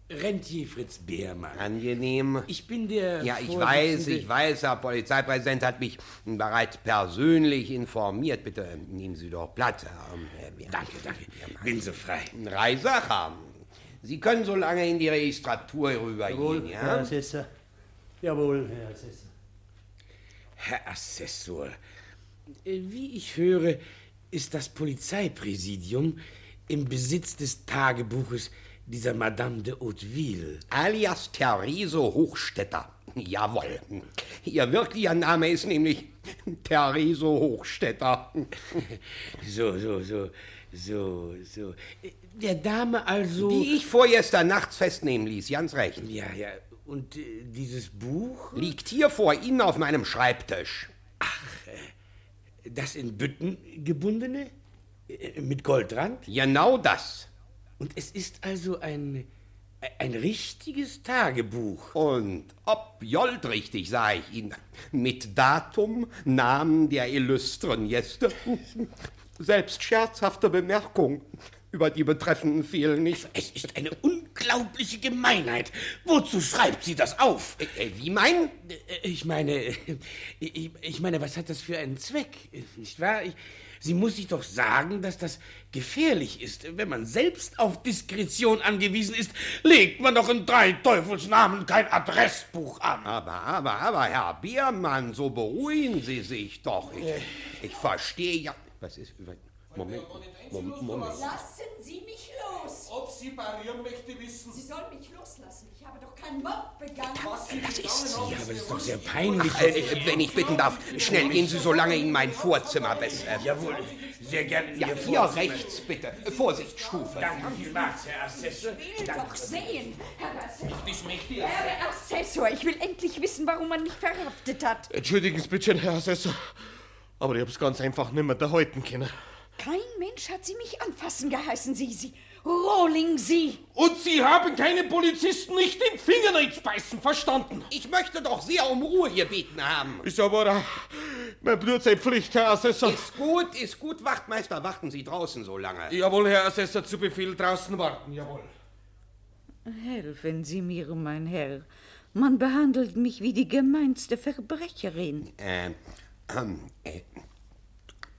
Speaker 3: Rentier Fritz Beermann.
Speaker 15: Angenehm.
Speaker 3: Ich bin der.
Speaker 15: Ja, ich
Speaker 3: Vorsitzende-
Speaker 15: weiß, ich weiß, Herr Polizeipräsident hat mich bereits persönlich informiert. Bitte ähm, nehmen Sie doch Platz, Herr. Danke, danke. Bin so frei. Reisacher, Sie können so lange in die Registratur rübergehen,
Speaker 16: Herr
Speaker 15: ja?
Speaker 16: Assessor. Jawohl, Herr Assessor.
Speaker 3: Herr Assessor, äh, wie ich höre, ist das Polizeipräsidium im Besitz des Tagebuches dieser Madame de Hauteville.
Speaker 15: Alias Therese Hochstetter. Jawohl. Ihr wirklicher Name ist nämlich Therese Hochstetter.
Speaker 3: So, so, so, so, so. Der Dame also.
Speaker 15: Die ich vorgestern nachts festnehmen ließ, ganz recht.
Speaker 3: Ja, ja. Und äh, dieses Buch?
Speaker 15: Liegt hier vor Ihnen auf meinem Schreibtisch.
Speaker 3: Das in Bütten äh, hm, gebundene? Äh, Mit Goldrand?
Speaker 15: Genau das.
Speaker 3: Und es ist also ein, ein richtiges Tagebuch.
Speaker 15: Und ob Jolt richtig, sah ich Ihnen. Mit Datum, Namen der illustren Gäste. Selbst scherzhafte Bemerkung über die betreffenden fehlen nicht.
Speaker 3: Es ist eine unglaubliche Gemeinheit. Wozu schreibt sie das auf?
Speaker 15: Äh,
Speaker 3: Äh,
Speaker 15: wie mein?
Speaker 3: Ich meine, ich, ich meine, was hat das für einen Zweck? Nicht wahr? Ich, sie muss sich doch sagen, dass das gefährlich ist. Wenn man selbst auf Diskretion angewiesen ist, legt man doch in drei Teufelsnamen kein Adressbuch an.
Speaker 15: Aber, aber, aber, Herr Biermann, so beruhigen Sie sich doch. Ich, ich verstehe ja. Was ist über. Moment. Moment. Moment.
Speaker 13: Lassen Sie mich los! Ob Sie parieren möchte, wissen Sie. sollen mich loslassen. Ich habe doch keinen Mord begangen. Was
Speaker 15: Das ist sie,
Speaker 3: aber das ist doch sehr peinlich.
Speaker 15: Ach, äh, wenn ich bitten darf, schnell gehen Sie so lange in mein Vorzimmer, besser.
Speaker 3: Jawohl, sehr gerne.
Speaker 15: Ja, hier
Speaker 3: Ihr Vorzimmer.
Speaker 15: rechts, bitte. Äh, Vorsichtsstufe.
Speaker 3: Danke vielmals, Herr Assessor.
Speaker 13: will doch sehen, Herr Assessor.
Speaker 3: Ich möchte
Speaker 13: Herr Assessor, ich will endlich wissen, warum man mich verhaftet hat.
Speaker 17: Entschuldigen Sie bitte, Herr Assessor, aber ich hab's ganz einfach nimmer erhalten können.
Speaker 13: Kein Mensch hat Sie mich anfassen geheißen, Sie, Sie. Rolling Sie!
Speaker 18: Und Sie haben keine Polizisten nicht im Fingernetz beißen, verstanden?
Speaker 15: Ich möchte doch sehr um Ruhe gebeten haben.
Speaker 17: Ist ja wohl auch mein Blut seine Pflicht, Herr Assessor.
Speaker 15: Ist gut, ist gut, Wachtmeister, warten Sie draußen so lange.
Speaker 17: Jawohl, Herr Assessor, zu Befehl draußen warten, jawohl.
Speaker 12: Helfen Sie mir, mein Herr. Man behandelt mich wie die gemeinste Verbrecherin.
Speaker 15: Ähm, ähm, äh,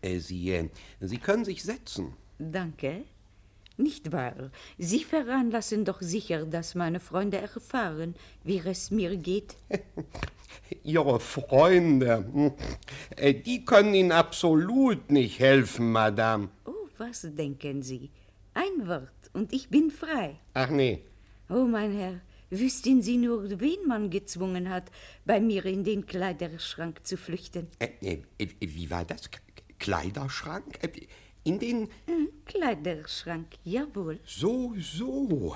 Speaker 15: äh, Sie, äh, Sie können sich setzen.
Speaker 12: Danke. Nicht wahr? Sie veranlassen doch sicher, dass meine Freunde erfahren, wie es mir geht.
Speaker 15: Ihre Freunde, hm, äh, die können Ihnen absolut nicht helfen, Madame.
Speaker 12: Oh, was denken Sie? Ein Wort und ich bin frei.
Speaker 15: Ach nee,
Speaker 12: Oh, mein Herr, wüssten Sie nur, wen man gezwungen hat, bei mir in den Kleiderschrank zu flüchten.
Speaker 15: äh, äh, äh, wie war das? K- Kleiderschrank? Äh, In den
Speaker 12: Hm, Kleiderschrank, jawohl.
Speaker 15: So, so.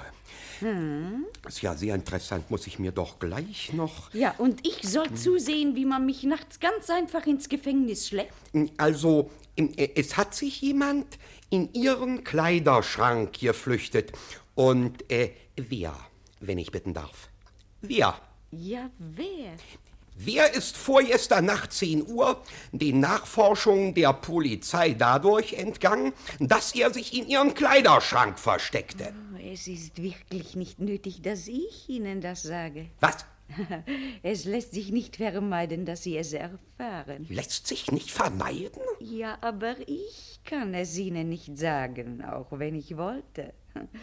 Speaker 12: Hm.
Speaker 15: Ist ja sehr interessant, muss ich mir doch gleich noch.
Speaker 12: Ja, und ich soll zusehen, wie man mich nachts ganz einfach ins Gefängnis schleppt?
Speaker 15: Also, äh, es hat sich jemand in Ihren Kleiderschrank geflüchtet. Und äh, wer, wenn ich bitten darf? Wer?
Speaker 12: Ja, wer?
Speaker 15: Wer ist vorgestern Nacht 10 Uhr den Nachforschungen der Polizei dadurch entgangen, dass er sich in ihren Kleiderschrank versteckte?
Speaker 12: Oh, Es ist wirklich nicht nötig, dass ich Ihnen das sage.
Speaker 15: Was?
Speaker 12: Es lässt sich nicht vermeiden, dass Sie es erfahren.
Speaker 15: Lässt sich nicht vermeiden?
Speaker 12: Ja, aber ich kann es Ihnen nicht sagen, auch wenn ich wollte.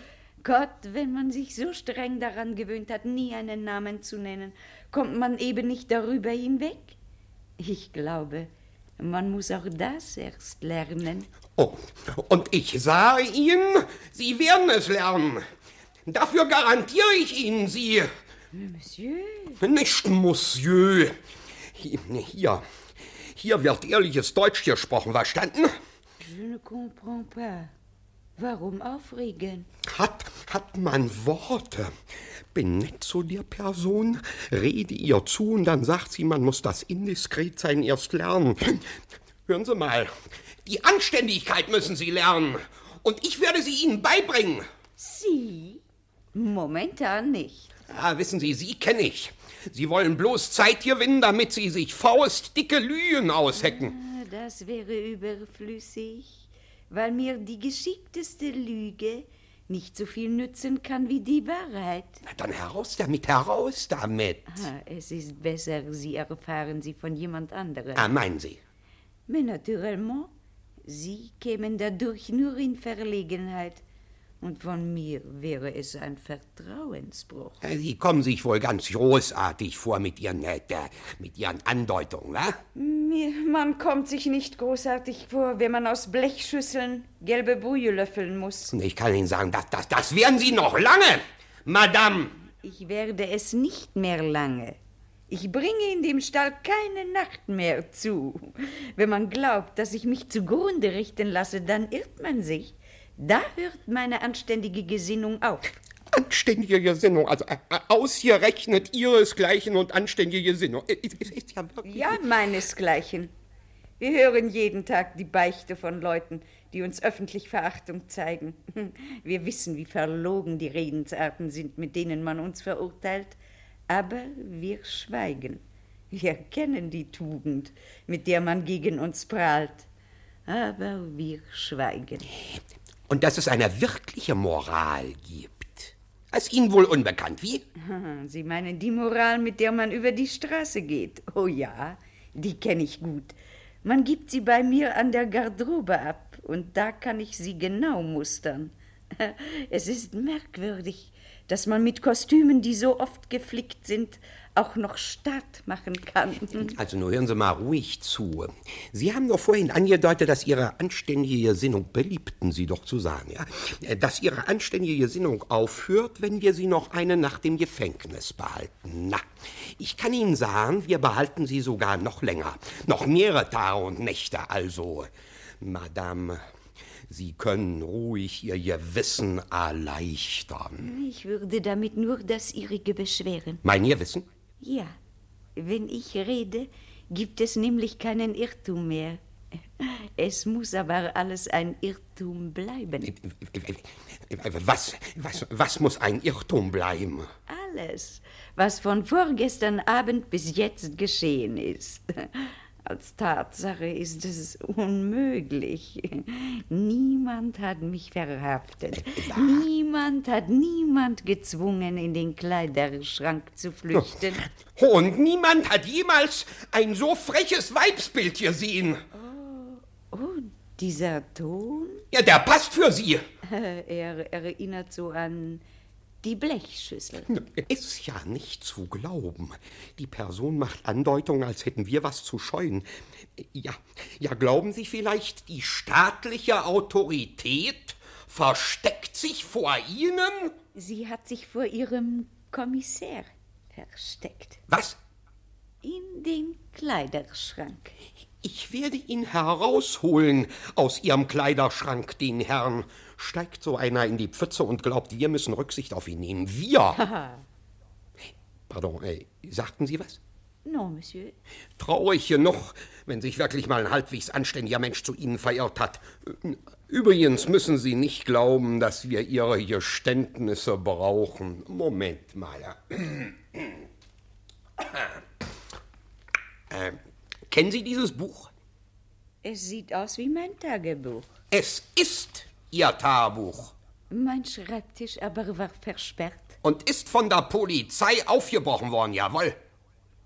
Speaker 12: Gott, wenn man sich so streng daran gewöhnt hat, nie einen Namen zu nennen, kommt man eben nicht darüber hinweg. Ich glaube, man muss auch das erst lernen.
Speaker 15: Oh, und ich sah ihn, Sie werden es lernen. Dafür garantiere ich Ihnen sie.
Speaker 12: Monsieur?
Speaker 15: Nicht, Monsieur. Hier, hier wird ehrliches Deutsch gesprochen, verstanden?
Speaker 12: Je ne comprends pas. Warum aufregen?
Speaker 15: Hat, hat man Worte. Bin nett zu der Person, rede ihr zu und dann sagt sie, man muss das indiskret sein erst lernen. Hören Sie mal, die Anständigkeit müssen Sie lernen. Und ich werde sie Ihnen beibringen.
Speaker 12: Sie? Momentan nicht.
Speaker 15: Ah, wissen Sie, Sie kenne ich. Sie wollen bloß Zeit gewinnen, damit Sie sich faustdicke Lügen aushecken.
Speaker 12: Ah, Das wäre überflüssig, weil mir die geschickteste Lüge nicht so viel nützen kann wie die Wahrheit.
Speaker 15: Na, dann heraus damit, heraus damit.
Speaker 12: Ah, Es ist besser, Sie erfahren sie von jemand anderem.
Speaker 15: Ah, meinen Sie?
Speaker 12: Mais naturellement, Sie kämen dadurch nur in Verlegenheit. Und von mir wäre es ein Vertrauensbruch.
Speaker 15: Ja, Sie kommen sich wohl ganz großartig vor mit Ihren, äh, der- mit ihren Andeutungen, wa?
Speaker 12: Mir, man kommt sich nicht großartig vor, wenn man aus Blechschüsseln gelbe Brühe löffeln muss.
Speaker 15: Ich kann Ihnen sagen, das, das, das werden Sie noch lange, Madame.
Speaker 12: Ich werde es nicht mehr lange. Ich bringe in dem Stall keine Nacht mehr zu. Wenn man glaubt, dass ich mich zugrunde richten lasse, dann irrt man sich. Da hört meine anständige Gesinnung auf.
Speaker 15: Anständige Gesinnung, also äh, äh, ausgerechnet Ihresgleichen und anständige Gesinnung. Äh, Ist, ist, ist ja wirklich
Speaker 12: Ja, meinesgleichen. Wir hören jeden Tag die Beichte von Leuten, die uns öffentlich Verachtung zeigen. Wir wissen, wie verlogen die Redensarten sind, mit denen man uns verurteilt. Aber wir schweigen. Wir kennen die Tugend, mit der man gegen uns prahlt. Aber wir schweigen.
Speaker 15: Und dass es eine wirkliche Moral gibt. Das ist Ihnen wohl unbekannt, wie?
Speaker 12: Sie meinen die Moral, mit der man über die Straße geht? Oh ja, die kenne ich gut. Man gibt sie bei mir an der Garderobe ab und da kann ich sie genau mustern. Es ist merkwürdig, dass man mit Kostümen, die so oft geflickt sind, auch noch Staat machen kann.
Speaker 15: Also nur hören Sie mal ruhig zu. Sie haben doch vorhin angedeutet, dass Ihre anständige Gesinnung, beliebten Sie doch zu sagen, ja, dass Ihre anständige Gesinnung aufhört, wenn wir Sie noch eine Nacht im Gefängnis behalten. Na, ich kann Ihnen sagen, wir behalten Sie sogar noch länger, noch mehrere Tage und Nächte. Also, Madame, Sie können ruhig Ihr Gewissen erleichtern.
Speaker 12: Ich würde damit nur das Ihrige beschweren.
Speaker 15: Mein Gewissen?
Speaker 12: Ja, wenn ich rede, gibt es nämlich keinen Irrtum mehr. Es muss aber alles ein Irrtum bleiben.
Speaker 15: Was, was, was muss ein Irrtum bleiben?
Speaker 12: Alles, was von vorgestern Abend bis jetzt geschehen ist. Als Tatsache ist es unmöglich. Niemand hat mich verhaftet. Niemand hat niemand gezwungen, in den Kleiderschrank zu flüchten.
Speaker 15: Und niemand hat jemals ein so freches Weibsbild gesehen.
Speaker 12: Oh, dieser Ton.
Speaker 15: Ja, der passt für Sie.
Speaker 12: Er erinnert so an die Blechschüssel.
Speaker 15: Ist ja nicht zu glauben. Die Person macht Andeutungen, als hätten wir was zu scheuen. Ja, ja, glauben Sie vielleicht, die staatliche Autorität versteckt sich vor Ihnen?
Speaker 12: Sie hat sich vor ihrem Kommissär versteckt.
Speaker 15: Was?
Speaker 12: In dem Kleiderschrank.
Speaker 15: Ich werde ihn herausholen aus Ihrem Kleiderschrank, den Herrn. Steigt so einer in die Pfütze und glaubt, wir müssen Rücksicht auf ihn nehmen. Wir!
Speaker 12: Haha.
Speaker 15: Pardon, äh, sagten Sie was?
Speaker 12: Non, Monsieur.
Speaker 15: Traurig genug, wenn sich wirklich mal ein halbwegs anständiger Mensch zu Ihnen verirrt hat. Übrigens müssen Sie nicht glauben, dass wir Ihre Geständnisse brauchen. Moment mal. Ähm, kennen Sie dieses Buch?
Speaker 12: Es sieht aus wie mein Tagebuch.
Speaker 15: Es ist Ihr Tagebuch
Speaker 12: Mein Schreibtisch aber war versperrt.
Speaker 15: und ist von der Polizei aufgebrochen worden, jawohl.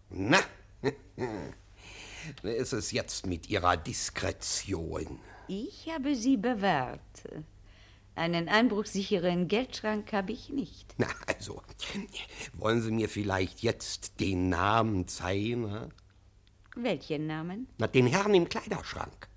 Speaker 15: Na, wer ist es jetzt mit Ihrer Diskretion?
Speaker 12: Ich habe sie bewahrt. Einen einbruchsicheren Geldschrank habe ich nicht.
Speaker 15: Na, also, wollen Sie mir vielleicht jetzt den Namen zeigen? hä?
Speaker 12: Welchen Namen?
Speaker 15: Na, den Herrn im Kleiderschrank.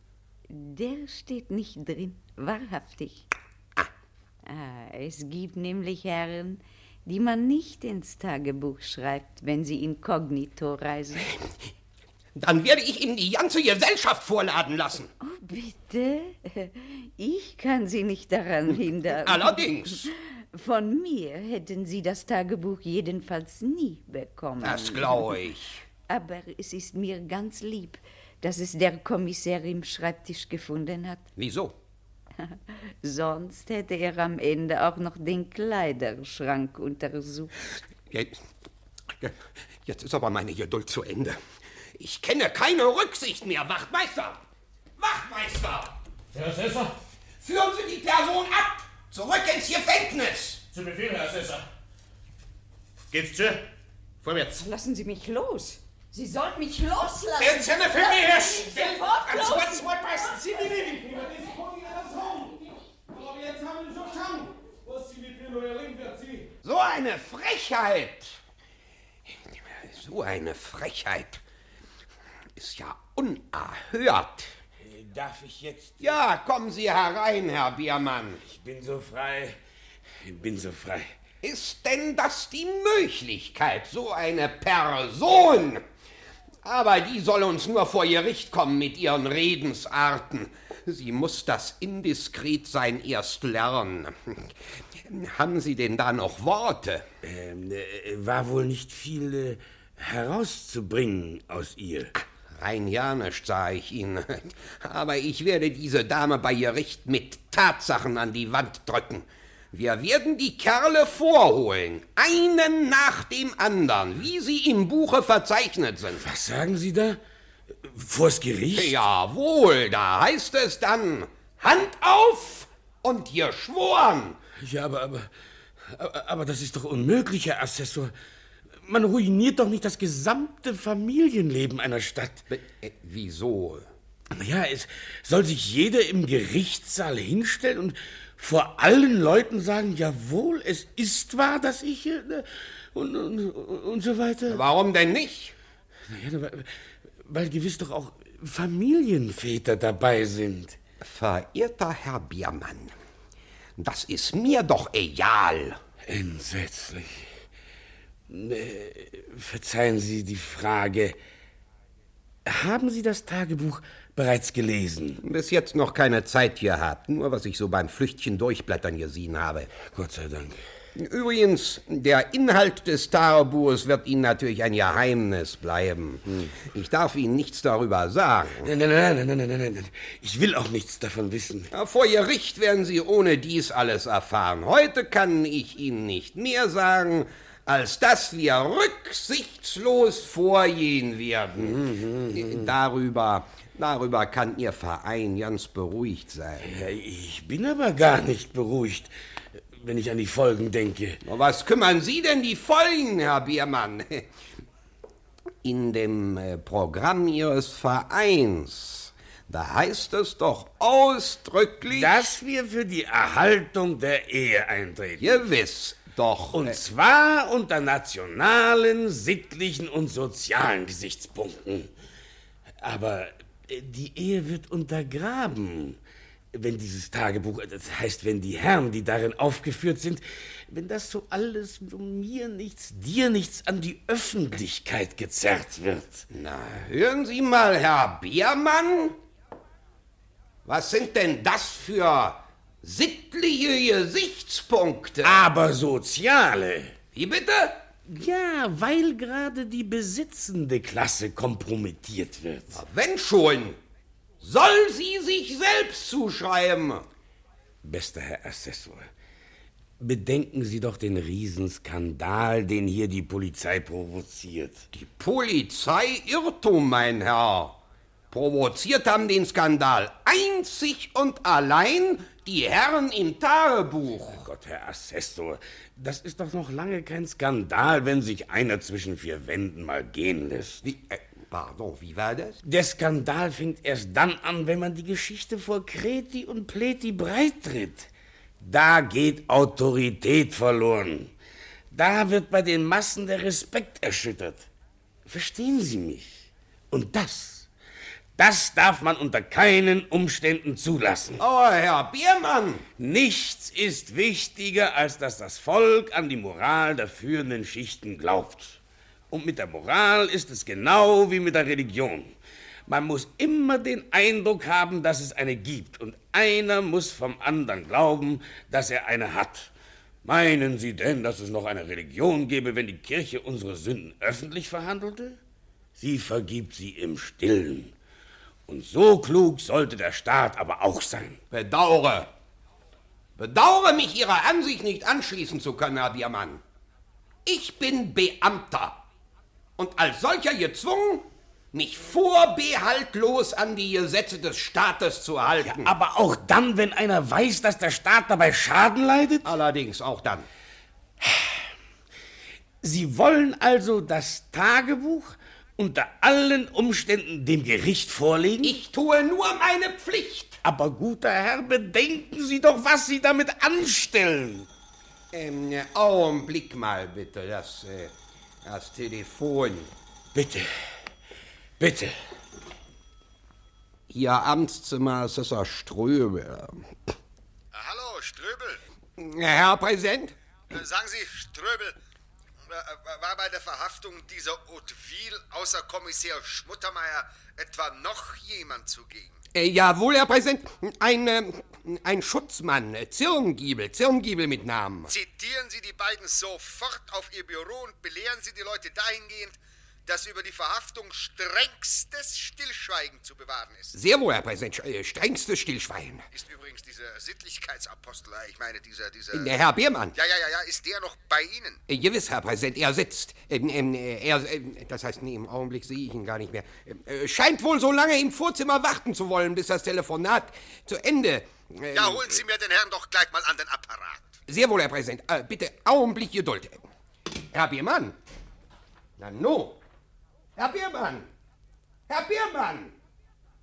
Speaker 12: Der steht nicht drin, wahrhaftig. Ah, es gibt nämlich Herren, die man nicht ins Tagebuch schreibt, wenn sie inkognito reisen.
Speaker 15: Dann werde ich ihm die ganze Gesellschaft vorladen lassen.
Speaker 12: Oh, Bitte? Ich kann Sie nicht daran hindern.
Speaker 15: Hm, Allerdings.
Speaker 12: Von mir hätten Sie das Tagebuch jedenfalls nie bekommen.
Speaker 15: Das glaube ich.
Speaker 12: Aber es ist mir ganz lieb, dass es der Kommissär im Schreibtisch gefunden hat.
Speaker 15: Wieso?
Speaker 12: Sonst hätte er am Ende auch noch den Kleiderschrank untersucht.
Speaker 15: Jetzt, jetzt ist aber meine Geduld zu Ende. Ich kenne keine Rücksicht mehr, Wachtmeister! Wachtmeister!
Speaker 18: Herr Assessor.
Speaker 15: Führen Sie die Person ab! Zurück ins Gefängnis!
Speaker 18: Zu Befehl, Herr Assessor. Geht's zu? Vorwärts.
Speaker 12: Lassen Sie mich los.
Speaker 11: Sie sollen mich loslassen.
Speaker 18: Den Sinne für mich her!
Speaker 11: Lassen Sie mich sofort
Speaker 18: Ganz
Speaker 11: los.
Speaker 18: kurz, mal beißen Sie die Linie.
Speaker 15: So eine Frechheit! So eine Frechheit ist ja unerhört.
Speaker 3: Äh, Darf ich jetzt?
Speaker 15: Ja, kommen Sie herein, Herr Biermann.
Speaker 3: Ich bin so frei. Ich bin so frei.
Speaker 15: Ist denn das die Möglichkeit, so eine Person? Aber die soll uns nur vor Gericht kommen mit ihren Redensarten. Sie muss das Indiskretsein erst lernen. Haben Sie denn da noch Worte?
Speaker 3: Ähm, äh, war wohl nicht viel äh, herauszubringen aus ihr.
Speaker 15: Rein Janisch, sage ich Ihnen. Aber ich werde diese Dame bei Gericht mit Tatsachen an die Wand drücken. Wir werden die Kerle vorholen, einen nach dem anderen, wie sie im Buche verzeichnet sind.
Speaker 3: Was sagen Sie da? Vors Gericht?
Speaker 15: Jawohl, da heißt es dann Hand Halt auf und hier schworen.
Speaker 3: Ja, aber, aber, aber, aber das ist doch unmöglich, Herr Assessor. Man ruiniert doch nicht das gesamte Familienleben einer Stadt.
Speaker 15: äh, wieso?
Speaker 3: Ja, es soll sich jeder im Gerichtssaal hinstellen und vor allen Leuten sagen, jawohl, es ist wahr, dass ich... äh, Und, und, und so weiter.
Speaker 15: Warum denn nicht?
Speaker 3: Naja, weil, weil gewiss doch auch Familienväter dabei sind.
Speaker 15: Verehrter Herr Biermann, das ist mir doch egal.
Speaker 3: Entsetzlich. Äh, Verzeihen Sie die Frage. Haben Sie das Tagebuch bereits gelesen?
Speaker 15: Bis jetzt noch keine Zeit gehabt, nur was ich so beim Flüchtchen durchblättern gesehen habe.
Speaker 3: Gott sei Dank.
Speaker 15: Übrigens, der Inhalt des Tagebuches wird Ihnen natürlich ein Geheimnis bleiben. Hm. Ich darf Ihnen nichts darüber sagen.
Speaker 3: Nein, nein, nein, nein, nein, nein, nein, nein. Ich will auch nichts davon wissen.
Speaker 15: Ja, Vor Gericht werden Sie ohne dies alles erfahren. Heute kann ich Ihnen nicht mehr sagen, als dass wir rücksichtslos vorgehen werden. Darüber, darüber kann Ihr Verein ganz beruhigt sein.
Speaker 3: Ich bin aber gar nicht beruhigt, wenn ich an die Folgen denke.
Speaker 15: Was kümmern Sie denn die Folgen, Herr Biermann? In dem äh, Programm Ihres Vereins, da heißt es doch ausdrücklich...
Speaker 3: Dass wir für die Erhaltung der Ehe eintreten.
Speaker 15: Gewiss, doch. äh
Speaker 3: Und zwar unter nationalen, sittlichen und sozialen Gesichtspunkten. Aber äh, die Ehe wird untergraben, wenn dieses Tagebuch, äh, das heißt, wenn die Herren, die darin aufgeführt sind, wenn das so alles mir nichts, dir nichts an die Öffentlichkeit gezerrt wird.
Speaker 15: Na, hören Sie mal, Herr Biermann. Was sind denn das für sittliche Gesichtspunkte?
Speaker 3: Aber soziale.
Speaker 15: Wie bitte?
Speaker 3: Ja, weil gerade die besitzende Klasse kompromittiert wird.
Speaker 15: Wenn schon, soll sie sich selbst zuschreiben.
Speaker 3: Bester Herr Assessor, bedenken Sie doch den Riesenskandal, den hier die Polizei provoziert.
Speaker 15: Die Polizei Irrtum, mein Herr. Provoziert haben den Skandal einzig und allein die Herren im Tagebuch.
Speaker 3: Oh Gott, Herr Assessor, das ist doch noch lange kein Skandal, wenn sich einer zwischen vier Wänden mal gehen lässt.
Speaker 15: Wie, äh, pardon, wie war das?
Speaker 3: Der Skandal fängt erst dann an, wenn man die Geschichte vor Kreti und Pleti breittritt. Da geht Autorität verloren. Da wird bei den Massen der Respekt erschüttert. Verstehen Sie mich? Und das, das darf man unter keinen Umständen zulassen.
Speaker 15: Oh, Herr Biermann!
Speaker 3: Nichts ist wichtiger, als dass das Volk an die Moral der führenden Schichten glaubt. Und mit der Moral ist es genau wie mit der Religion. Man muss immer den Eindruck haben, dass es eine gibt. Und einer muss vom anderen glauben, dass er eine hat. Meinen Sie denn, dass es noch eine Religion gäbe, wenn die Kirche unsere Sünden öffentlich verhandelte? Sie vergibt sie im Stillen. Und so klug sollte der Staat aber auch sein.
Speaker 15: Bedauere. Bedauere mich Ihrer Ansicht nicht anschließen zu können, Herr Biermann. Ich bin Beamter und als solcher gezwungen, mich vorbehaltlos an die Gesetze des Staates zu halten.
Speaker 3: Ja, aber auch dann, wenn einer weiß, dass der Staat dabei Schaden leidet?
Speaker 15: Allerdings, auch dann.
Speaker 3: Sie wollen also das Tagebuch unter allen Umständen dem Gericht vorlegen?
Speaker 15: Ich tue nur meine Pflicht.
Speaker 3: Aber guter Herr, bedenken Sie doch, was Sie damit anstellen.
Speaker 15: Ähm, Augenblick mal bitte, das, äh, das Telefon.
Speaker 3: Bitte. Bitte.
Speaker 15: Ihr Amtszimmer, Assessor Ströbel.
Speaker 14: Hallo, Ströbel.
Speaker 15: Herr Präsident?
Speaker 14: Äh, Sagen Sie, Ströbel, äh, war bei der Verhaftung dieser Hauteville außer Kommissar Schmuttermeier etwa noch jemand zugegen?
Speaker 15: Äh, jawohl, Herr Präsident. Ein, äh, ein Schutzmann, Zirngiebel, Zirngiebel mit Namen.
Speaker 14: Zitieren Sie die beiden sofort auf Ihr Büro und belehren Sie die Leute dahingehend, dass über die Verhaftung strengstes Stillschweigen zu bewahren ist.
Speaker 15: Sehr wohl, Herr Präsident, äh, strengstes Stillschweigen.
Speaker 14: Ist übrigens dieser Sittlichkeitsapostel, äh, ich meine dieser, dieser...
Speaker 15: Der Herr Biermann.
Speaker 14: Ja, ja, ja, ja, ist der noch bei Ihnen?
Speaker 15: Äh, Gewiss, Herr Präsident, er sitzt. Ähm, ähm, er, äh, das heißt, nee, im Augenblick sehe ich ihn gar nicht mehr. Äh, scheint wohl so lange im Vorzimmer warten zu wollen, bis das Telefonat zu Ende...
Speaker 14: Ähm, ja, holen
Speaker 15: äh,
Speaker 14: Sie mir den Herrn doch gleich mal an den Apparat.
Speaker 15: Sehr wohl, Herr Präsident. Äh, bitte Augenblick Geduld. Herr Biermann. Na, no. Herr Biermann! Herr Biermann!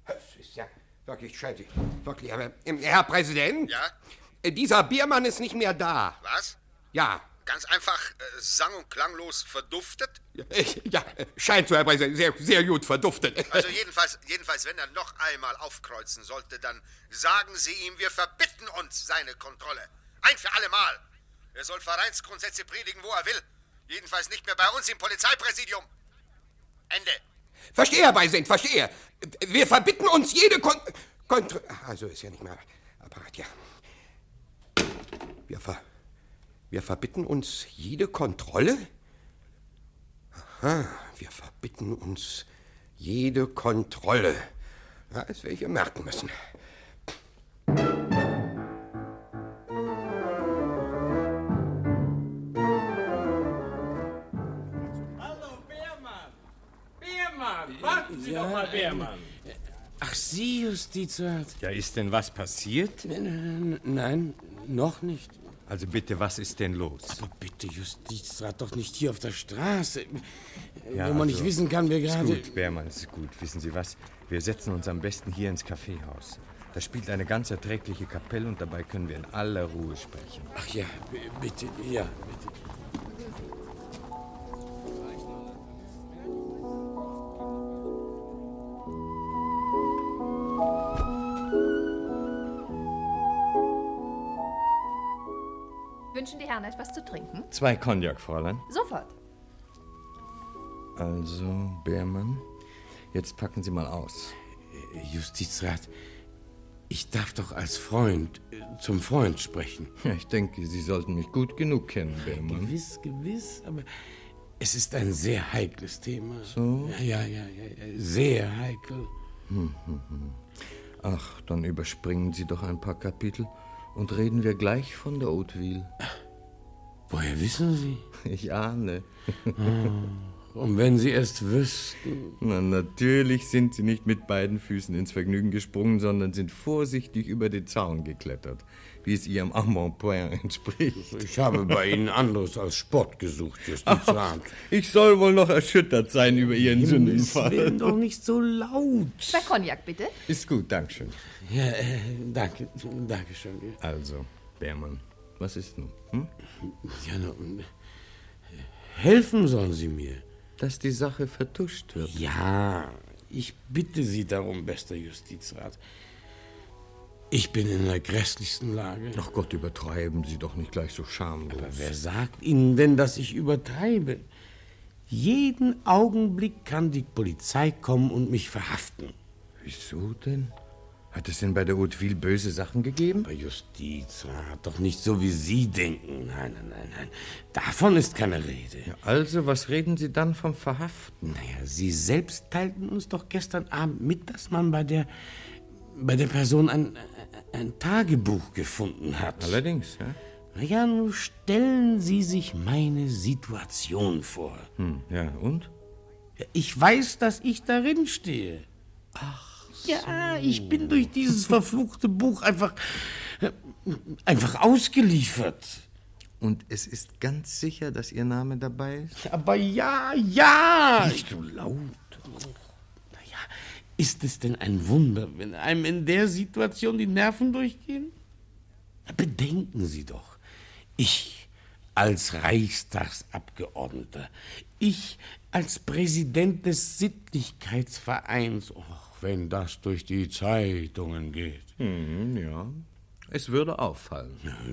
Speaker 15: Das ist ja wirklich schädlich. Wirklich, aber, ähm, Herr Präsident? Äh,
Speaker 14: Ja?
Speaker 15: Dieser Biermann ist nicht mehr da.
Speaker 14: Was?
Speaker 15: Ja.
Speaker 14: Ganz einfach äh, sang- und klanglos verduftet?
Speaker 15: Ja, äh, ja, scheint so, Herr Präsident. Sehr, sehr gut verduftet.
Speaker 14: Also jedenfalls, jedenfalls, wenn er noch einmal aufkreuzen sollte, dann sagen Sie ihm, wir verbitten uns seine Kontrolle. Ein für alle Mal. Er soll Vereinsgrundsätze predigen, wo er will. Jedenfalls nicht mehr bei uns im Polizeipräsidium. Ende.
Speaker 15: Verstehe, Herr Beisend, verstehe. Wir verbitten uns jede Kon... Kontrolle... Also ist ja nicht mehr Apparat, ja. Wir, ver wir verbitten uns jede Kontrolle? Aha, wir verbitten uns jede Kontrolle. Ja, das werde ich ja merken müssen.
Speaker 13: warten Sie ja, doch mal, Bärmann.
Speaker 3: Ach, Sie, Justizrat.
Speaker 7: Ja, ist denn was passiert?
Speaker 3: Nein, Äh, nein, noch nicht.
Speaker 7: Also bitte, was ist denn los?
Speaker 3: Aber bitte, Justizrat, doch nicht hier auf der Straße. Ja, wo man also, nicht wissen kann, wer gerade...
Speaker 7: Ist gut, Bärmann, ist gut. Wissen Sie was? Wir setzen uns am besten hier ins Kaffeehaus. Da spielt eine ganz erträgliche Kapelle und dabei können wir in aller Ruhe sprechen.
Speaker 3: Ach ja, bitte, ja, bitte.
Speaker 19: wünschen die Herren etwas zu trinken?
Speaker 7: Zwei Cognac, Fräulein.
Speaker 19: Sofort.
Speaker 7: Also, Beermann, jetzt packen Sie mal aus.
Speaker 3: Justizrat, ich darf doch als Freund äh, zum Freund sprechen.
Speaker 7: Ja, ich denke, Sie sollten mich gut genug kennen, Beermann.
Speaker 3: Gewiss, gewiss, aber es ist ein sehr heikles Thema. So? Ja, ja, ja, ja, ja, sehr heikel.
Speaker 7: Hm, hm, hm. Ach, dann überspringen Sie doch ein paar Kapitel und reden wir gleich von der Hauteville.
Speaker 3: Woher wissen Sie?
Speaker 7: Ich ahne.
Speaker 3: Ach, und wenn Sie erst wüssten.
Speaker 7: Na, natürlich sind Sie nicht mit beiden Füßen ins Vergnügen gesprungen, sondern sind vorsichtig über den Zaun geklettert, wie es Ihrem Amant-Point entspricht.
Speaker 3: Ich habe bei Ihnen anderes als Sport gesucht,
Speaker 7: Ach,
Speaker 3: Justizrat.
Speaker 7: ich soll wohl noch erschüttert sein über Ihren
Speaker 3: Willen,
Speaker 7: Sündenfall.
Speaker 3: doch nicht so laut.
Speaker 19: Zwei Cognac, bitte.
Speaker 7: Ist gut, Dankeschön.
Speaker 3: Ja, äh, danke, danke schön.
Speaker 7: Also, Bärmann, was ist nun? Hm?
Speaker 3: Ja, na, und, äh, helfen sollen Sie mir.
Speaker 7: Dass die Sache vertuscht wird.
Speaker 3: Ja, ich bitte Sie darum, bester Justizrat. Ich bin in der grässlichsten Lage.
Speaker 7: Ach Gott, übertreiben Sie doch nicht gleich so schamlos.
Speaker 3: Aber wer sagt Ihnen denn, dass ich übertreibe? Jeden Augenblick kann die Polizei kommen und mich verhaften.
Speaker 7: Wieso denn? Hat es denn bei der Hauteville böse Sachen gegeben?
Speaker 3: Aber Justizrat, doch nicht so, wie Sie denken. Nein, nein, nein, nein. Davon ist keine Rede.
Speaker 7: also, was reden Sie dann vom Verhaften?
Speaker 3: Naja, Sie selbst teilten uns doch gestern Abend mit, dass man bei der, bei der Person ein, ein Tagebuch gefunden hat.
Speaker 7: Allerdings, ja.
Speaker 3: Naja, nun stellen Sie sich meine Situation vor.
Speaker 7: Hm, ja, und?
Speaker 3: Ich weiß, dass ich darin stehe. Ach, ja, ich bin durch dieses verfluchte Buch einfach, einfach ausgeliefert.
Speaker 7: Und es ist ganz sicher, dass Ihr Name dabei ist?
Speaker 3: Aber ja, ja! Nicht so laut. Naja, ist es denn ein Wunder, wenn einem in der Situation die Nerven durchgehen? Na, Bedenken Sie doch, ich als Reichstagsabgeordneter, ich als Präsident des Sittlichkeitsvereins, och, wenn das durch die Zeitungen geht.
Speaker 7: Hm, ja. Es würde auffallen.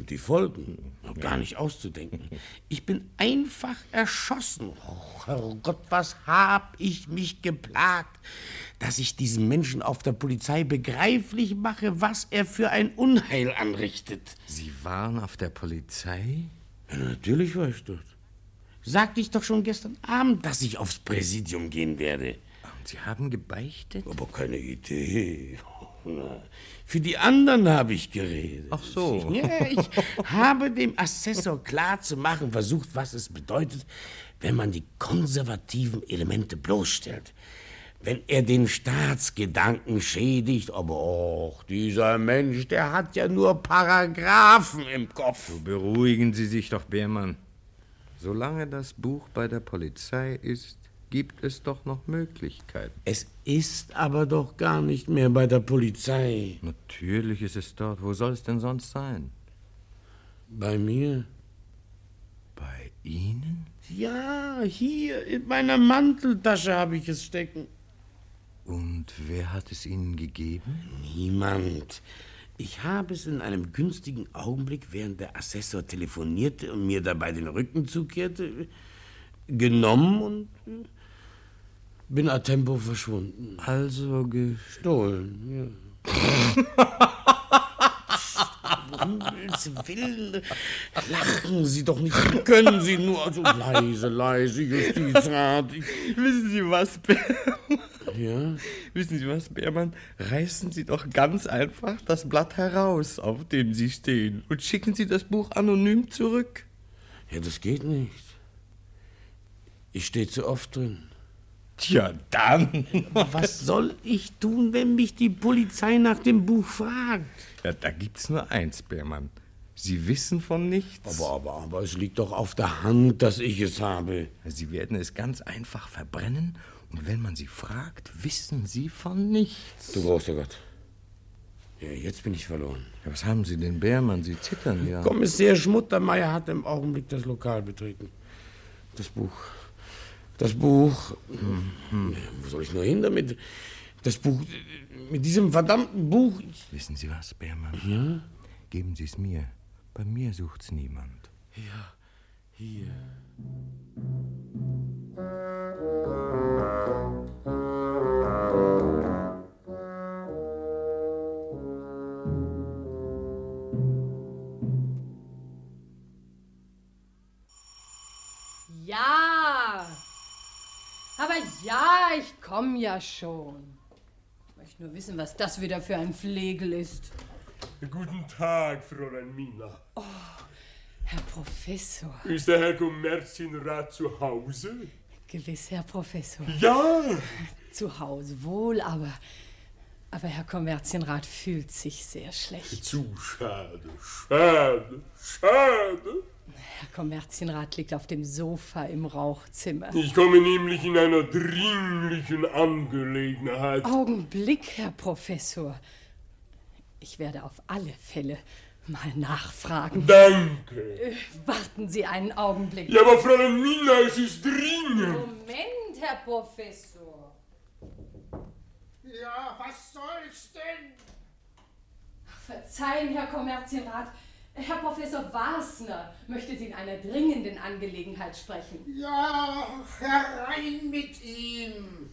Speaker 3: Die Folgen, noch gar nicht auszudenken. Ich bin einfach erschossen. Och, Herrgott, was hab ich mich geplagt, dass ich diesem Menschen auf der Polizei begreiflich mache, was er für ein Unheil anrichtet.
Speaker 7: Sie waren auf der Polizei?
Speaker 3: Ja, natürlich war ich dort. Sagte ich doch schon gestern Abend, dass ich aufs Präsidium gehen werde.
Speaker 7: Und Sie haben gebeichtet?
Speaker 3: Aber keine Idee. Na, Für die anderen habe ich geredet.
Speaker 7: Ach so.
Speaker 3: Ja, ich habe dem Assessor klar zu machen versucht, was es bedeutet, wenn man die konservativen Elemente bloßstellt. Wenn er den Staatsgedanken schädigt, aber auch dieser Mensch, der hat ja nur Paragraphen im Kopf.
Speaker 7: Beruhigen Sie sich doch, Beermann. Solange das Buch bei der Polizei ist, gibt es doch noch Möglichkeiten.
Speaker 3: Es ist aber doch gar nicht mehr bei der Polizei.
Speaker 7: Natürlich ist es dort. Wo soll es denn sonst sein?
Speaker 3: Bei mir?
Speaker 7: Bei Ihnen?
Speaker 3: Ja, hier in meiner Manteltasche habe ich es stecken.
Speaker 7: Und wer hat es Ihnen gegeben?
Speaker 3: Niemand. Ich habe es in einem günstigen Augenblick, während der Assessor telefonierte und mir dabei den Rücken zukehrte, genommen und äh, bin a tempo verschwunden.
Speaker 7: Also
Speaker 3: gestohlen. Ja. um Himmels Willen, lachen Sie doch nicht. Wie Können Sie nur. Also leise, leise, Justizrat. Ich,
Speaker 7: Wissen Sie was, Bärmann?
Speaker 3: ja?
Speaker 7: Wissen Sie was, Bärmann? Reißen Sie doch ganz einfach das Blatt heraus, auf dem Sie stehen, und schicken Sie das Buch anonym zurück.
Speaker 3: ja, das geht nicht. Ich stehe zu oft drin.
Speaker 7: Tja, dann.
Speaker 3: Was soll ich tun, wenn mich die Polizei nach dem Buch fragt?
Speaker 7: Ja, da gibt's nur eins, Bärmann. Sie wissen von nichts.
Speaker 3: Aber, aber, aber es liegt doch auf der Hand, dass ich es habe.
Speaker 7: Sie werden es ganz einfach verbrennen und wenn man Sie fragt, wissen Sie von nichts.
Speaker 3: Du großer Gott. Ja, jetzt bin ich verloren.
Speaker 7: Ja, was haben Sie denn, Bärmann? Sie zittern ja.
Speaker 3: Kommissär Schmuttermeier hat im Augenblick das Lokal betreten. Das Buch. Das Buch. Ja, Wo soll ich nur hin damit? Das Buch. äh, Mit diesem verdammten Buch.
Speaker 7: Wissen Sie was, Bärmann? Ja? Geben Sie es mir. Bei mir sucht's niemand.
Speaker 17: Ja, hier.
Speaker 20: Ja. Aber ja, ich komme ja schon. Ich möchte nur wissen, was das wieder für ein Flegel ist.
Speaker 9: Guten Tag, Fräulein Mina.
Speaker 20: Oh, Herr Professor.
Speaker 9: Ist der Herr Kommerzienrat zu Hause?
Speaker 20: Gewiss, Herr Professor.
Speaker 9: Ja!
Speaker 20: Zu Hause wohl, aber. Aber Herr Kommerzienrat fühlt sich sehr schlecht.
Speaker 9: Zu schade, schade, schade.
Speaker 20: Herr Kommerzienrat liegt auf dem Sofa im Rauchzimmer.
Speaker 9: Ich komme nämlich in einer dringlichen Angelegenheit.
Speaker 20: Augenblick, Herr Professor. Ich werde auf alle Fälle mal nachfragen.
Speaker 9: Danke.
Speaker 20: Äh, Warten Sie einen Augenblick.
Speaker 9: Ja, aber Fräulein Mina, es ist dringend.
Speaker 20: Moment, Herr Professor.
Speaker 2: Ja, was soll's denn?
Speaker 20: Verzeihen, Herr Kommerzienrat. Herr Professor Wasner möchte Sie in einer dringenden Angelegenheit sprechen.
Speaker 2: Ja, herein mit ihm.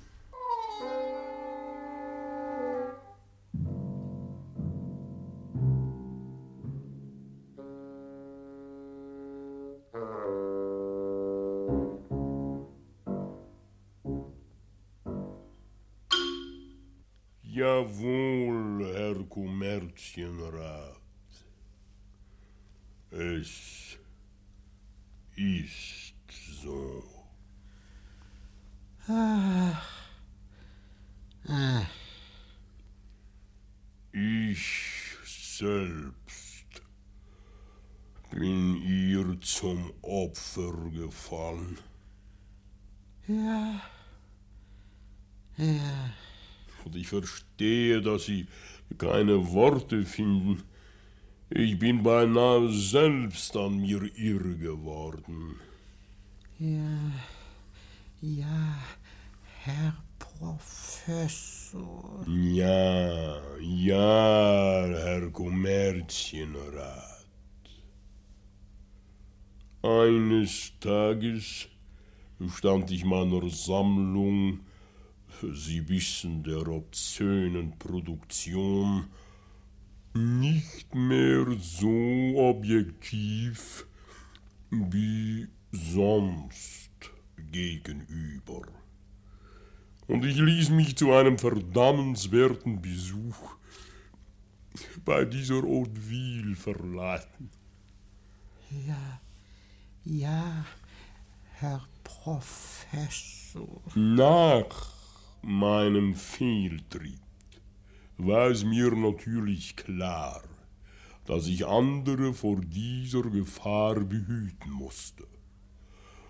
Speaker 9: Jawohl, Herr Kommerzienrat. Es ist so.
Speaker 21: Ach. Ach.
Speaker 9: Ich selbst bin ihr zum Opfer gefallen.
Speaker 21: Ja. Ja.
Speaker 9: Und ich verstehe, dass Sie keine Worte finden. Ich bin beinahe selbst an mir irre geworden.
Speaker 21: Ja. Ja, Herr Professor.
Speaker 9: Ja, ja, Herr Kommerzienrat. Eines Tages stand ich meiner Sammlung, Sie wissen, der obszönen Produktion, nicht mehr so objektiv wie sonst gegenüber. Und ich ließ mich zu einem verdammenswerten Besuch bei dieser Hauteville verleiten.
Speaker 21: Ja. Ja, Herr Professor.
Speaker 9: Nach meinem Fehltritt war es mir natürlich klar, dass ich andere vor dieser Gefahr behüten musste.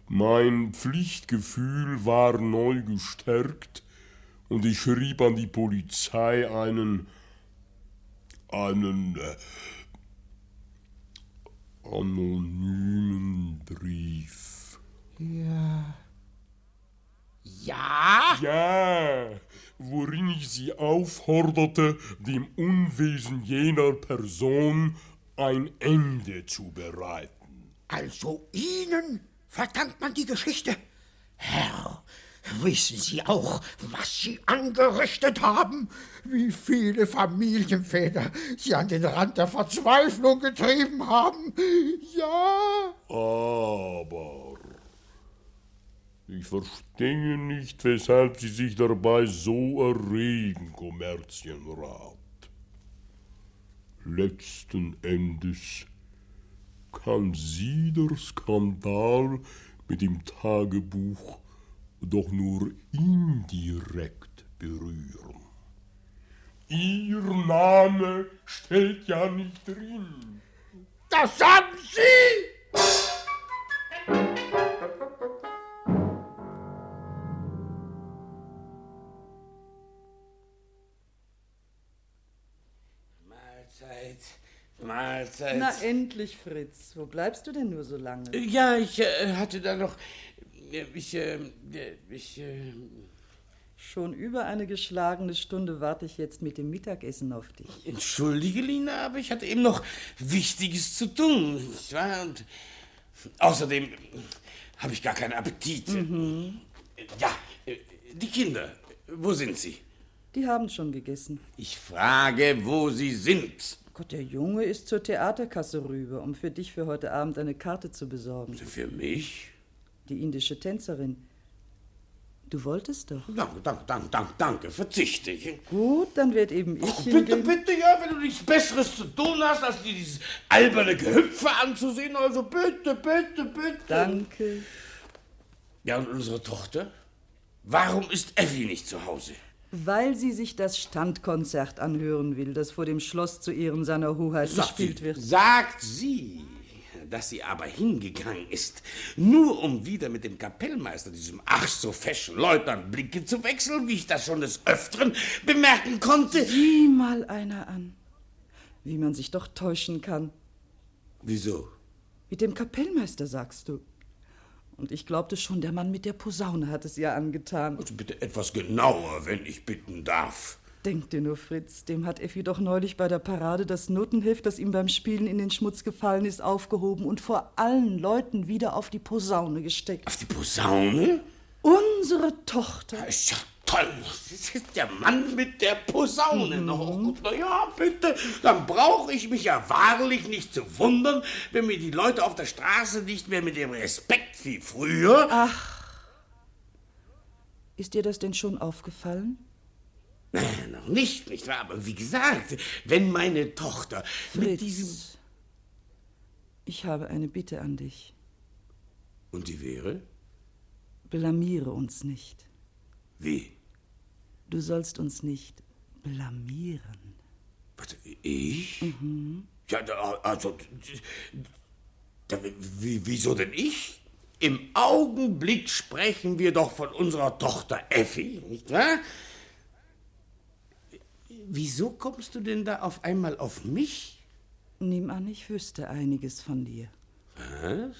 Speaker 9: Mein Pflichtgefühl war neu gestärkt und ich schrieb an die Polizei einen einen äh, anonymen Brief.
Speaker 21: Ja.
Speaker 9: Ja? Ja, worin ich sie aufforderte, dem Unwesen jener Person ein Ende zu bereiten.
Speaker 21: Also Ihnen verdankt man die Geschichte. Herr, wissen Sie auch, was Sie angerichtet haben? Wie viele Familienväter Sie an den Rand der Verzweiflung getrieben haben? Ja.
Speaker 9: Aber ich verstehe nicht, weshalb Sie sich dabei so erregen, Kommerzienrat. Letzten Endes kann Sie der Skandal mit dem Tagebuch doch nur indirekt berühren. Ihr Name steht ja nicht drin.
Speaker 21: Das haben Sie!
Speaker 3: Mahlzeit, Mahlzeit.
Speaker 5: Na endlich, Fritz. Wo bleibst du denn nur so lange?
Speaker 3: Ja, ich äh, hatte da noch. äh, Ich, äh, äh, ich, äh,
Speaker 5: Schon über eine geschlagene Stunde warte ich jetzt mit dem Mittagessen auf dich.
Speaker 3: entschuldige, Lina, aber ich hatte eben noch Wichtiges zu tun. nicht wahr? Und Außerdem habe ich gar keinen Appetit. Ja, äh, die Kinder, wo sind sie?
Speaker 5: Die haben schon gegessen.
Speaker 3: Ich frage, wo sie sind.
Speaker 5: Gott, der Junge ist zur Theaterkasse rüber, um für dich für heute Abend eine Karte zu besorgen.
Speaker 3: Also Für mich?
Speaker 5: Die indische Tänzerin. Du wolltest doch.
Speaker 3: Danke, danke, danke, danke, danke. Verzichte ich.
Speaker 5: Gut, dann wird eben ich
Speaker 3: Bitte, bitte, ja, wenn du nichts Besseres zu tun hast, als dir dieses alberne Gehüpfe anzusehen, also bitte, bitte, bitte.
Speaker 5: Danke.
Speaker 3: Ja, und unsere Tochter? Warum ist Effi nicht zu Hause?
Speaker 5: Weil sie sich das Standkonzert anhören will, das vor dem Schloss zu Ehren seiner Hoheit
Speaker 3: Sagt
Speaker 5: gespielt
Speaker 3: sie,
Speaker 5: wird.
Speaker 3: Sagt sie, dass sie aber hingegangen ist, nur um wieder mit dem Kapellmeister, diesem ach so feschen Leutnant, Blicke zu wechseln, wie ich das schon des Öfteren bemerken konnte.
Speaker 5: Sieh mal einer an. Wie man sich doch täuschen kann.
Speaker 3: Wieso?
Speaker 5: Mit dem Kapellmeister, sagst du. Und ich glaubte schon, der Mann mit der Posaune hat es ihr angetan.
Speaker 3: Also bitte etwas genauer, wenn ich bitten darf.
Speaker 5: Denk dir nur, Fritz, dem hat Effi doch neulich bei der Parade das Notenheft, das ihm beim Spielen in den Schmutz gefallen ist, aufgehoben und vor allen Leuten wieder auf die Posaune gesteckt.
Speaker 3: Auf die Posaune?
Speaker 5: Unsere Tochter.
Speaker 3: Ist ja toll. Das ist der Mann mit der Posaune.
Speaker 5: Mhm.
Speaker 3: Na oh gut, na ja, bitte. Dann brauche ich mich ja wahrlich nicht zu wundern, wenn mir die Leute auf der Straße nicht mehr mit dem Respekt wie früher.
Speaker 5: Ach. Ist dir das denn schon aufgefallen?
Speaker 3: Nein, noch nicht, nicht wahr? Aber wie gesagt, wenn meine Tochter mit diesem.
Speaker 5: Ich habe eine Bitte an dich.
Speaker 3: Und die wäre?
Speaker 5: Blamiere uns nicht.
Speaker 3: Wie?
Speaker 5: Du sollst uns nicht blamieren.
Speaker 3: Ich? Ja, da- also. Da, wie, wieso denn ich? Im Augenblick sprechen wir doch von unserer Tochter Effi, nicht wahr? Wieso kommst du denn da auf einmal auf mich?
Speaker 5: Nimm an, ich wüsste einiges von dir.
Speaker 3: Was?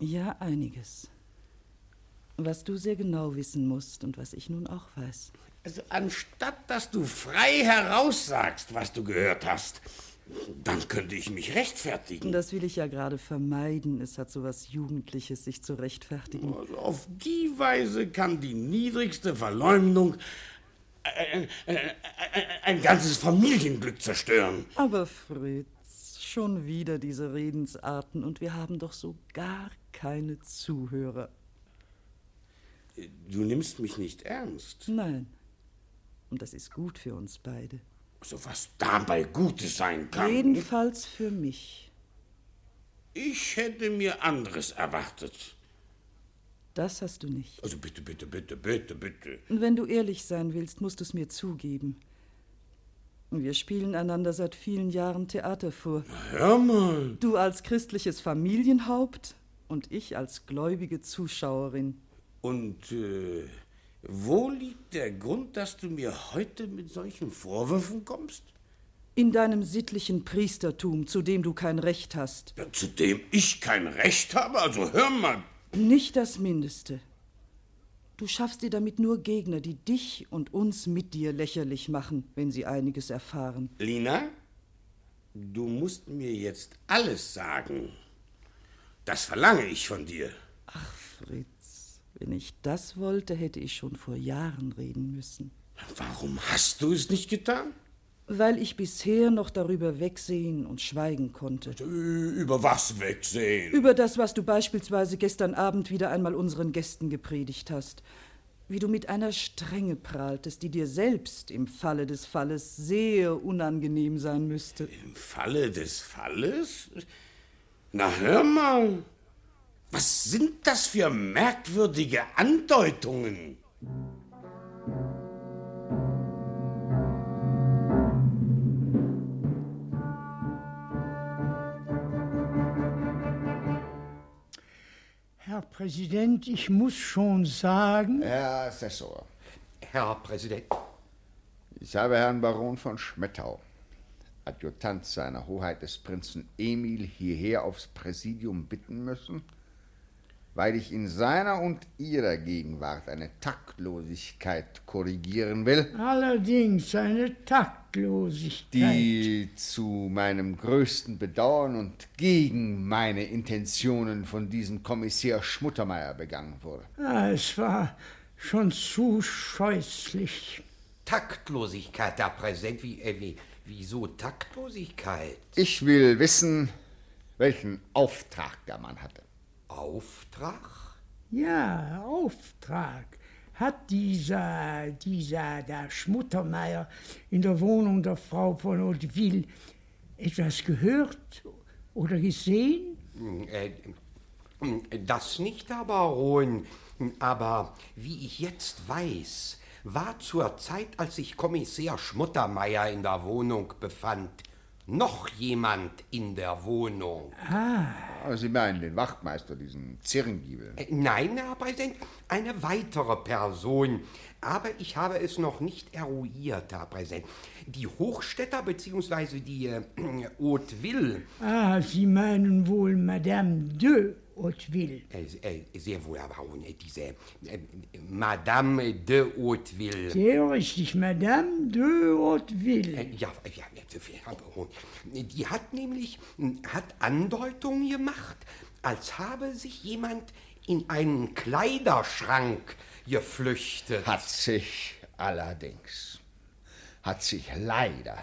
Speaker 5: Ja, einiges. Was du sehr genau wissen musst und was ich nun auch weiß.
Speaker 3: Also anstatt dass du frei heraussagst, was du gehört hast, dann könnte ich mich rechtfertigen.
Speaker 5: Das will ich ja gerade vermeiden. Es hat so was Jugendliches, sich zu rechtfertigen.
Speaker 3: Also auf die Weise kann die niedrigste Verleumdung ein, ein, ein, ein ganzes Familienglück zerstören.
Speaker 5: Aber Fritz, schon wieder diese Redensarten und wir haben doch so gar keine Zuhörer.
Speaker 3: Du nimmst mich nicht ernst.
Speaker 5: Nein. Und das ist gut für uns beide.
Speaker 3: So was dabei Gutes sein kann.
Speaker 5: Jedenfalls für mich.
Speaker 3: Ich hätte mir anderes erwartet.
Speaker 5: Das hast du nicht.
Speaker 3: Also bitte, bitte, bitte, bitte, bitte.
Speaker 5: Und wenn du ehrlich sein willst, musst du es mir zugeben. Wir spielen einander seit vielen Jahren Theater vor.
Speaker 3: Hör mal.
Speaker 5: Du als christliches Familienhaupt und ich als gläubige Zuschauerin.
Speaker 3: Und äh, wo liegt der Grund, dass du mir heute mit solchen Vorwürfen kommst?
Speaker 5: In deinem sittlichen Priestertum, zu dem du kein Recht hast.
Speaker 3: Ja, zu dem ich kein Recht habe? Also hör mal.
Speaker 5: Nicht das Mindeste. Du schaffst dir damit nur Gegner, die dich und uns mit dir lächerlich machen, wenn sie einiges erfahren.
Speaker 3: Lina, du musst mir jetzt alles sagen. Das verlange ich von dir.
Speaker 5: Fritz, wenn ich das wollte, hätte ich schon vor Jahren reden müssen.
Speaker 3: Warum hast du es nicht getan?
Speaker 5: Weil ich bisher noch darüber wegsehen und schweigen konnte.
Speaker 3: Über was wegsehen?
Speaker 5: Über das, was du beispielsweise gestern Abend wieder einmal unseren Gästen gepredigt hast. Wie du mit einer Strenge prahltest, die dir selbst im Falle des Falles sehr unangenehm sein müsste.
Speaker 3: Im Falle des Falles? Na, hör mal. Was sind das für merkwürdige Andeutungen?
Speaker 21: Herr Präsident, ich muss schon sagen.
Speaker 8: Herr Assessor. Herr Präsident. Ich habe Herrn Baron von Schmettau, Adjutant seiner Hoheit des Prinzen Emil, hierher aufs Präsidium bitten müssen,
Speaker 14: weil ich in seiner und ihrer Gegenwart eine Taktlosigkeit korrigieren will,
Speaker 22: Allerdings eine Taktlosigkeit.
Speaker 14: die zu meinem größten Bedauern und gegen meine Intentionen von diesem Kommissär Schmuttermeier begangen wurde.
Speaker 22: Ah, es war schon zu scheußlich.
Speaker 15: Taktlosigkeit, Herr Präsident. Wie, äh, wie, wieso Taktlosigkeit?
Speaker 14: Ich will wissen, welchen Auftrag der Mann hatte.
Speaker 15: Auftrag?
Speaker 22: Ja, Auftrag. Hat dieser, dieser, der Schmuttermeier in der Wohnung der Frau von Hauteville etwas gehört oder gesehen?
Speaker 15: Hm, äh, äh, Das nicht, Herr Baron. Aber wie ich jetzt weiß, war zur Zeit, als sich Kommissär Schmuttermeier in der Wohnung befand, noch jemand in der Wohnung.
Speaker 14: Ah, Sie meinen den Wachtmeister, diesen Zirngiebel.
Speaker 15: Äh, Nein, Herr Präsident, eine weitere Person. Aber ich habe es noch nicht eruiert, Herr Präsident. Die Hochstädter bzw. die äh, Hauteville
Speaker 22: Ah, Sie meinen wohl Madame de Hauteville.
Speaker 15: Äh, äh, Sehr wohl, Herr Baron, äh, diese äh, Madame de Hauteville.
Speaker 22: Sehr richtig, Madame de Hauteville.
Speaker 15: Äh, Ja, ja, ja, so viel, Herr Baron. Die hat nämlich mh, hat Andeutungen gemacht, als habe sich jemand in einen Kleiderschrank geflüchtet.
Speaker 14: Hat sich allerdings, hat sich leider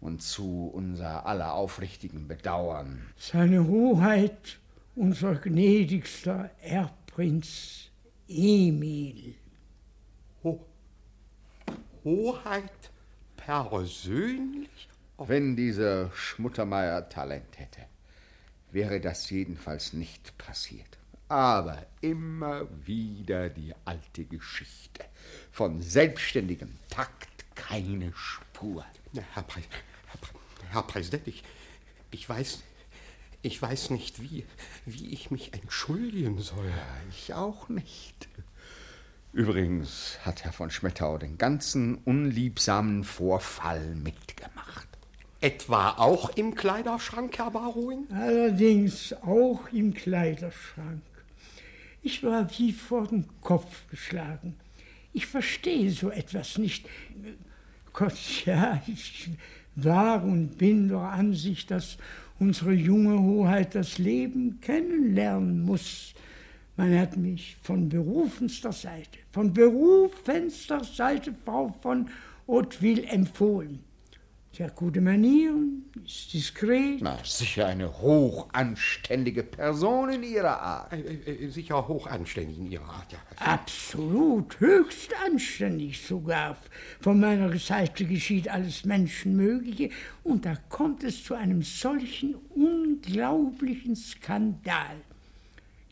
Speaker 14: und zu unser aller aufrichtigen Bedauern
Speaker 22: Seine Hoheit, unser gnädigster Erbprinz Emil.
Speaker 15: Hoheit persönlich? Oh.
Speaker 14: Wenn dieser Schmuttermeier Talent hätte, wäre das jedenfalls nicht passiert. Aber immer wieder die alte Geschichte. Von selbstständigem Takt keine Spur.
Speaker 15: Na, Herr, Prä Herr, Prä Herr Präsident, ich, ich weiß, ich weiß nicht, wie, wie ich mich entschuldigen soll.
Speaker 14: Ich auch nicht. Übrigens hat Herr von Schmettau den ganzen unliebsamen Vorfall mitgemacht.
Speaker 15: Etwa auch im Kleiderschrank, Herr Baron?
Speaker 22: Allerdings auch im Kleiderschrank. Ich war wie vor den Kopf geschlagen. Ich verstehe so etwas nicht. Gott, ja, ich war und bin der Ansicht, dass unsere junge Hoheit das Leben kennenlernen muss. Man hat mich von berufenster Seite, von berufenster Seite Frau von Hauteville empfohlen. Sie hat gute Manieren, ist diskret.
Speaker 14: Na, sicher eine hochanständige Person in ihrer Art.
Speaker 15: Äh, Sicher hochanständig in ihrer Art, ja.
Speaker 22: Absolut, höchst anständig sogar. Von meiner Seite geschieht alles Menschenmögliche und da kommt es zu einem solchen unglaublichen Skandal.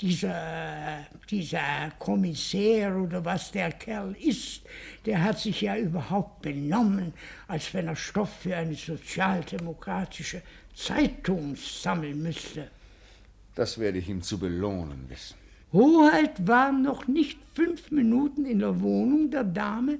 Speaker 22: Dieser, dieser Kommissär oder was der Kerl ist, der hat sich ja überhaupt benommen, als wenn er Stoff für eine sozialdemokratische Zeitung sammeln müsste.
Speaker 14: Das werde ich ihm zu belohnen wissen.
Speaker 22: Hoheit war noch nicht fünf Minuten in der Wohnung der Dame,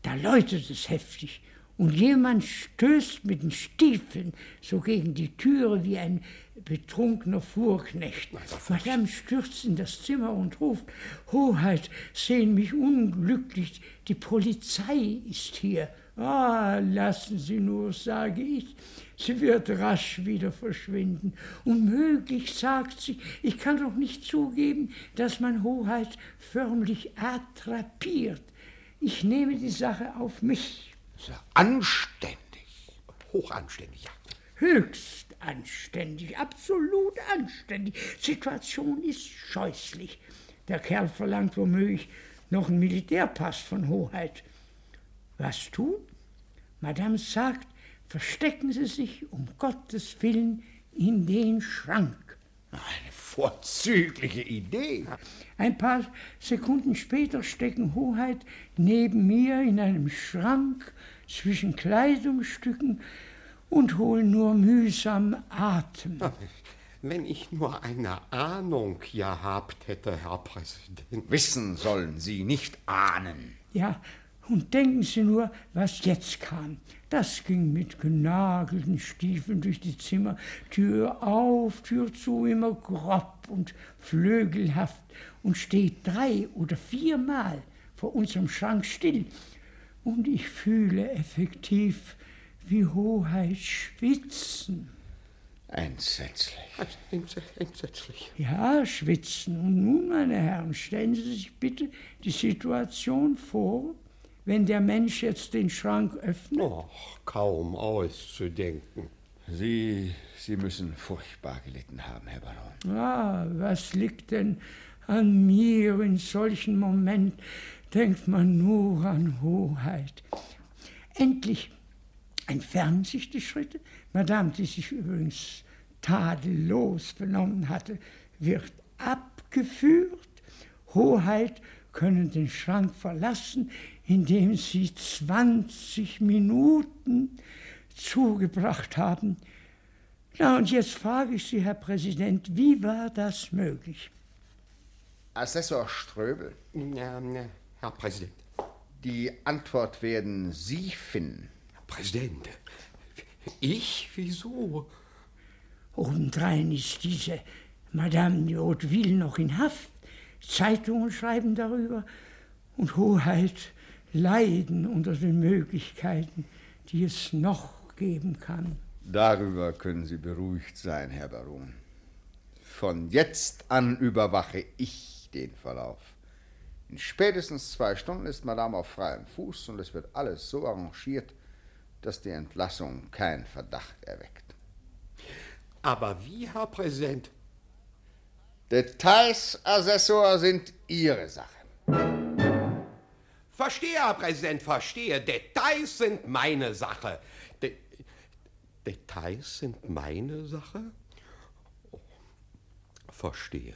Speaker 22: da läutet es heftig und jemand stößt mit den Stiefeln so gegen die Türe wie ein betrunkener Fuhrknecht. Madame stürzt in das Zimmer und ruft, Hoheit, sehen mich unglücklich, die Polizei ist hier. Ah, lassen Sie nur, sage ich, sie wird rasch wieder verschwinden. Unmöglich, sagt sie, ich kann doch nicht zugeben, dass mein Hoheit förmlich attrapiert. Ich nehme die Sache auf mich.
Speaker 15: Anständig. Hochanständig, ja.
Speaker 22: Höchst anständig, absolut anständig. Situation ist scheußlich. Der Kerl verlangt womöglich noch einen Militärpass von Hoheit. Was tun? Madame sagt, verstecken Sie sich um Gottes Willen in den Schrank.
Speaker 14: Eine vorzügliche Idee.
Speaker 22: Ein paar Sekunden später stecken Hoheit neben mir in einem Schrank zwischen Kleidungsstücken und holen nur mühsam Atem.
Speaker 15: Wenn ich nur eine Ahnung gehabt hätte, Herr Präsident.
Speaker 14: Wissen sollen Sie nicht ahnen.
Speaker 22: Ja, Und denken Sie nur, was jetzt kam. Das ging mit genagelten Stiefeln durch die Zimmer, Tür auf, Tür zu, immer grob und flögelhaft und steht drei oder viermal vor unserem Schrank still. Und ich fühle effektiv, wie Hoheit schwitzen.
Speaker 14: Entsetzlich.
Speaker 22: Entsetzlich. Ja, schwitzen. Und nun, meine Herren, stellen Sie sich bitte die Situation vor, wenn der Mensch jetzt den Schrank öffnet.
Speaker 14: kaum auszudenken. Sie, Sie müssen furchtbar gelitten haben, Herr Baron.
Speaker 22: Ah, was liegt denn an mir in solchen Momenten? Denkt man nur an Hoheit. Endlich entfernen sich die Schritte. Madame, die sich übrigens tadellos benommen hatte, wird abgeführt. Hoheit können den Schrank verlassen, indem sie 20 Minuten zugebracht haben. Na, und jetzt frage ich Sie, Herr Präsident, wie war das möglich?
Speaker 14: Assessor Ströbel. Herr Präsident. Die Antwort werden Sie finden. Präsident.
Speaker 15: Ich? Wieso?
Speaker 22: Obendrein ist diese Madame de Hauteville noch in Haft. Zeitungen schreiben darüber und Hoheit leiden unter den Möglichkeiten, die es noch geben kann.
Speaker 14: Darüber können Sie beruhigt sein, Herr Baron. Von jetzt an überwache ich den Verlauf. In spätestens zwei Stunden ist Madame auf freiem Fuß und es wird alles so arrangiert, dass die Entlassung keinen Verdacht erweckt.
Speaker 15: Aber wie, Herr Präsident?
Speaker 14: Details, Assessor, sind Ihre Sache.
Speaker 15: Verstehe, Herr Präsident, verstehe. Details sind meine Sache. De Details sind meine Sache? Oh, Verstehe.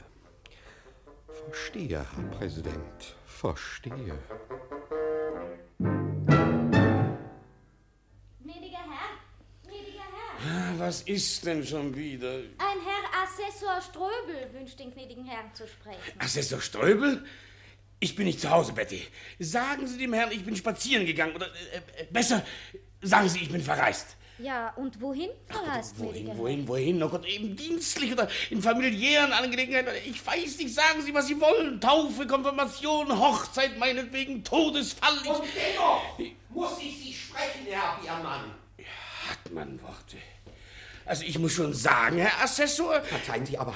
Speaker 15: Verstehe, Herr Präsident, verstehe.
Speaker 6: Gnädiger Herr, gnädiger Herr.
Speaker 3: Ah, Was ist denn schon wieder?
Speaker 6: Ein Herr Assessor Ströbel wünscht den gnädigen Herrn zu sprechen.
Speaker 3: Assessor Ströbel? Ich bin nicht zu Hause, Betty. Sagen Sie dem Herrn, ich bin spazieren gegangen. Oder äh, äh, besser, sagen Sie, ich bin verreist.
Speaker 6: Ja, und wohin verreist, gnädiger Herr?
Speaker 3: Wohin, wohin? Oh Gott, eben dienstlich oder in familiären Angelegenheiten. Ich weiß nicht, sagen Sie, was Sie wollen. Taufe, Konfirmation, Hochzeit, meinetwegen, Todesfall. Ich,
Speaker 15: Und dennoch muss ich Sie sprechen, Herr Biermann.
Speaker 3: Mann, Worte. Also ich muss schon sagen, Herr Assessor.
Speaker 15: Verzeihen Sie aber,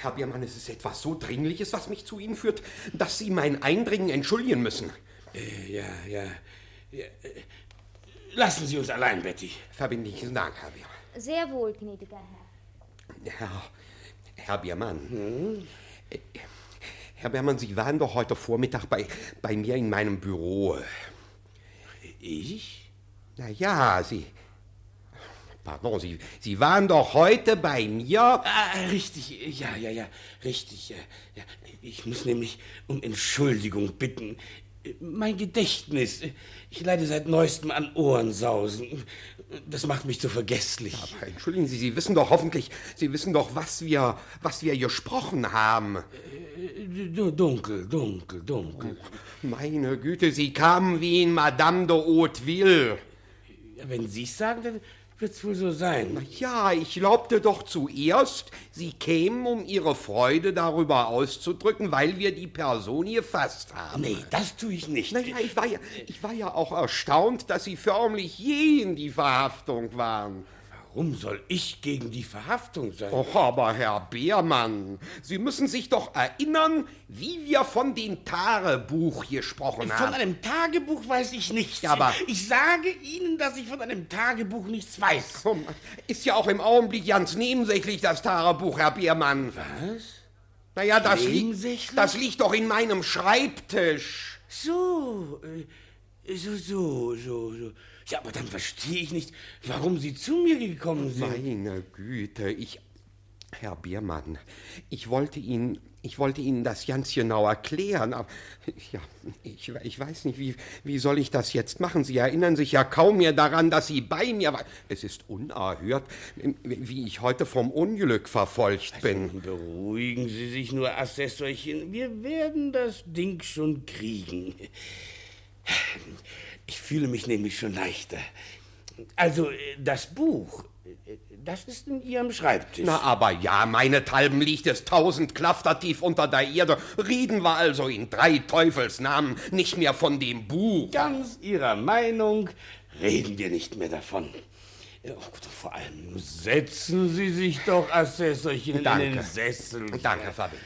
Speaker 15: Herr Biermann, es ist etwas so Dringliches, was mich zu Ihnen führt, dass Sie mein Eindringen entschuldigen müssen.
Speaker 3: Äh, ja, ja. ja äh, lassen Sie uns allein, Betty.
Speaker 15: Verbindlichen Dank, Herr Biermann.
Speaker 6: Sehr wohl, gnädiger Herr.
Speaker 15: Herr, Herr Biermann. Äh, Herr Biermann, Sie waren doch heute Vormittag bei, bei mir in meinem Büro.
Speaker 3: Ich?
Speaker 15: Na ja, Sie. Pardon, Sie, Sie waren doch heute bei mir.
Speaker 3: Ah, richtig, äh, ja, ja, ja, richtig. äh, Ja. Ich muss nämlich um Entschuldigung bitten. Äh, Mein Gedächtnis. äh, Ich leide seit neuestem an Ohrensausen. Das macht mich so vergesslich.
Speaker 15: Aber entschuldigen Sie, Sie wissen doch hoffentlich, Sie wissen doch, was wir, was wir gesprochen haben.
Speaker 3: Äh, du- Dunkel, dunkel, dunkel.
Speaker 15: Meine Güte, Sie kamen wie in Madame de Hauteville.
Speaker 3: Ja, Wenn Sie es sagen, dann wird's wohl so sein.
Speaker 15: Na ja, ich glaubte doch zuerst, Sie kämen, um Ihre Freude darüber auszudrücken, weil wir die Person gefasst haben.
Speaker 3: Nee, das tue ich nicht.
Speaker 15: Naja, ich war ja, ich war ja auch erstaunt, dass Sie förmlich je in die Verhaftung waren.
Speaker 3: Warum soll ich gegen die Verhaftung sein?
Speaker 15: Och, aber Herr Beermann, Sie müssen sich doch erinnern, wie wir von dem Tarebuch gesprochen haben.
Speaker 3: Von einem Tagebuch weiß ich nichts.
Speaker 15: Ja, aber-
Speaker 3: ich sage Ihnen, dass ich von einem Tagebuch nichts weiß.
Speaker 15: Komm, ist ja auch im Augenblick ganz nebensächlich das Tarebuch, Herr Biermann.
Speaker 3: Was?
Speaker 15: Naja, das, li
Speaker 3: Nebensächlich?
Speaker 15: das liegt doch in meinem Schreibtisch.
Speaker 3: So, äh, so, so, so, so. Ja, aber dann verstehe ich nicht, warum Sie zu mir gekommen sind.
Speaker 15: Meine Güte, ich. Herr Biermann, ich wollte Ihnen. Ich wollte Ihnen das ganz genau erklären, aber ja, ich, ich weiß nicht, wie, wie soll ich das jetzt machen? Sie erinnern sich ja kaum mehr daran, dass Sie bei mir waren. Es ist unerhört, wie ich heute vom Unglück verfolgt
Speaker 3: Also,
Speaker 15: bin.
Speaker 3: Beruhigen Sie sich nur, Assessorchen. Wir werden das Ding schon kriegen. Ich fühle mich nämlich schon leichter. Also, äh, das Buch, äh, das ist in Ihrem Schreibtisch.
Speaker 15: Na, aber ja, meinethalben liegt es tausend Klafter tief unter der Erde. Reden wir also in drei Teufelsnamen nicht mehr von dem Buch.
Speaker 3: Ganz Ihrer Meinung reden wir nicht mehr davon. Äh, Oh Gott, vor allem nur setzen Sie sich doch, Assessorchen, in
Speaker 15: Danke.
Speaker 3: den Sessel.
Speaker 15: Danke,
Speaker 3: Fabi.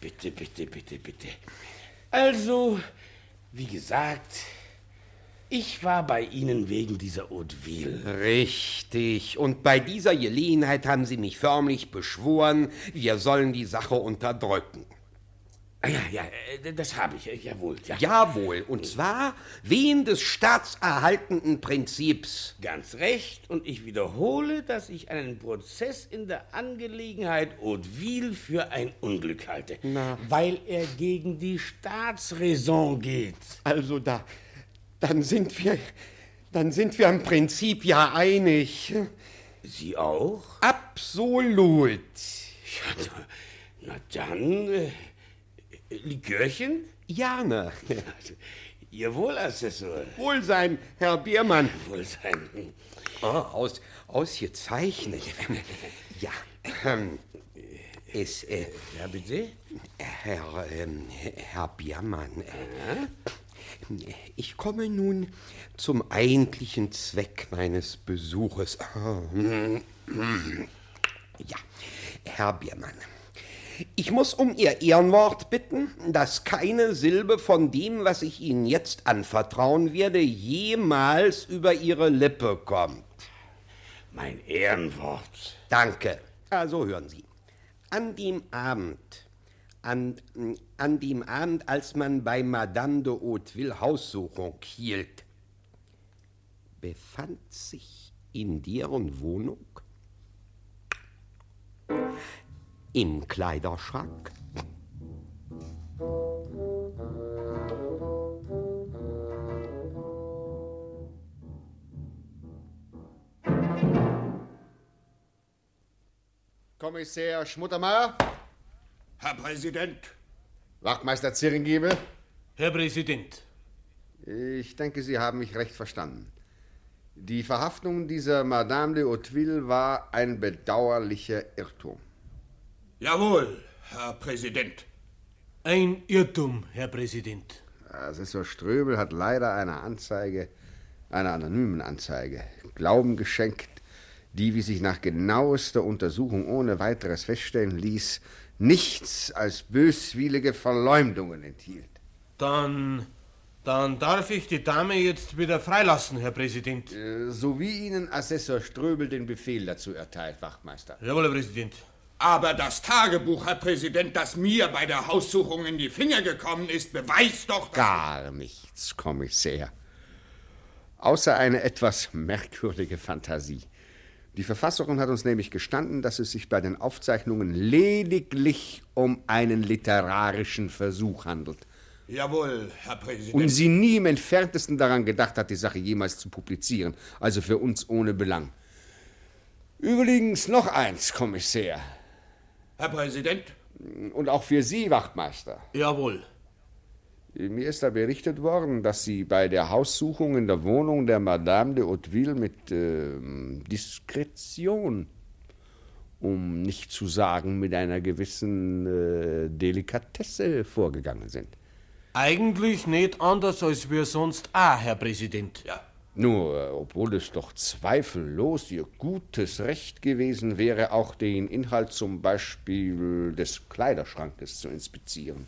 Speaker 3: Bitte, bitte, bitte, bitte. Also, wie gesagt, ich war bei Ihnen wegen dieser Hauteville.
Speaker 15: Richtig. Und bei dieser Gelegenheit haben Sie mich förmlich beschworen, wir sollen die Sache unterdrücken.
Speaker 3: Ja, ja, äh, das habe ich, äh, jawohl, ja.
Speaker 15: Jawohl. Und zwar wegen des staatserhaltenden Prinzips.
Speaker 3: Ganz recht, und ich wiederhole, dass ich einen Prozess in der Angelegenheit Hauteville für ein Unglück halte, weil er gegen die Staatsräson geht.
Speaker 14: Also da, dann sind wir, dann sind wir im Prinzip ja einig.
Speaker 3: Sie auch?
Speaker 15: Absolut.
Speaker 3: Na dann, äh, Likörchen?
Speaker 15: ne.
Speaker 14: Jana.
Speaker 3: Ihr Wohl, Assessor.
Speaker 14: Wohlsein, Herr Biermann.
Speaker 3: Wohlsein.
Speaker 15: Oh, aus, ausgezeichnet. ja. Ähm, es, äh,
Speaker 3: ja, bitte?
Speaker 15: Herr, ähm, Herr Biermann, äh, ich komme nun zum eigentlichen Zweck meines Besuches. Ja, Herr Biermann. Ich muss um Ihr Ehrenwort bitten, dass keine Silbe von dem, was ich Ihnen jetzt anvertrauen werde, jemals über Ihre Lippe kommt.
Speaker 3: Mein Ehrenwort.
Speaker 15: Danke. Also hören Sie. An dem Abend, an, an dem Abend, als man bei Madame de Hauteville Haussuchung hielt, befand sich in deren Wohnung im Kleiderschrank
Speaker 14: Kommissär Schmuttermeier.
Speaker 17: Herr Präsident.
Speaker 14: Wachtmeister Zirngiebel.
Speaker 17: Herr Präsident.
Speaker 14: Ich denke, Sie haben mich recht verstanden. Die Verhaftung dieser Madame de Hauteville war ein bedauerlicher Irrtum.
Speaker 17: Jawohl, Herr Präsident. Ein Irrtum, Herr Präsident.
Speaker 14: Assessor Ströbel hat leider einer Anzeige, einer anonymen Anzeige, Glauben geschenkt, die, wie sich nach genauester Untersuchung ohne weiteres feststellen ließ, nichts als böswillige Verleumdungen enthielt.
Speaker 17: Dann. Dann darf ich die Dame jetzt wieder freilassen, Herr Präsident.
Speaker 14: Äh, So wie Ihnen Assessor Ströbel den Befehl dazu erteilt, Wachtmeister.
Speaker 17: Jawohl, Herr Präsident.
Speaker 1: Aber das Tagebuch, Herr Präsident, das mir bei der Haussuchung in die Finger gekommen ist, beweist doch,
Speaker 14: Gar nichts, Kommissär. Außer eine etwas merkwürdige Fantasie. Die Verfasserin hat uns nämlich gestanden, dass es sich bei den Aufzeichnungen lediglich um einen literarischen Versuch handelt.
Speaker 1: Jawohl, Herr Präsident.
Speaker 14: Und sie nie im entferntesten daran gedacht hat, die Sache jemals zu publizieren. Also für uns ohne Belang. Übrigens noch eins, Kommissär.
Speaker 17: Herr Präsident.
Speaker 14: Und auch für Sie, Wachtmeister.
Speaker 17: Jawohl.
Speaker 14: Mir ist da berichtet worden, dass Sie bei der Haussuchung in der Wohnung der Madame de Hauteville mit ähm, Diskretion, um nicht zu sagen mit einer gewissen äh, Delikatesse vorgegangen sind.
Speaker 17: Eigentlich nicht anders als wir sonst auch, Herr Präsident. Ja.
Speaker 14: Nur, äh, obwohl es doch zweifellos ihr gutes Recht gewesen wäre, auch den Inhalt zum Beispiel des Kleiderschrankes zu inspizieren,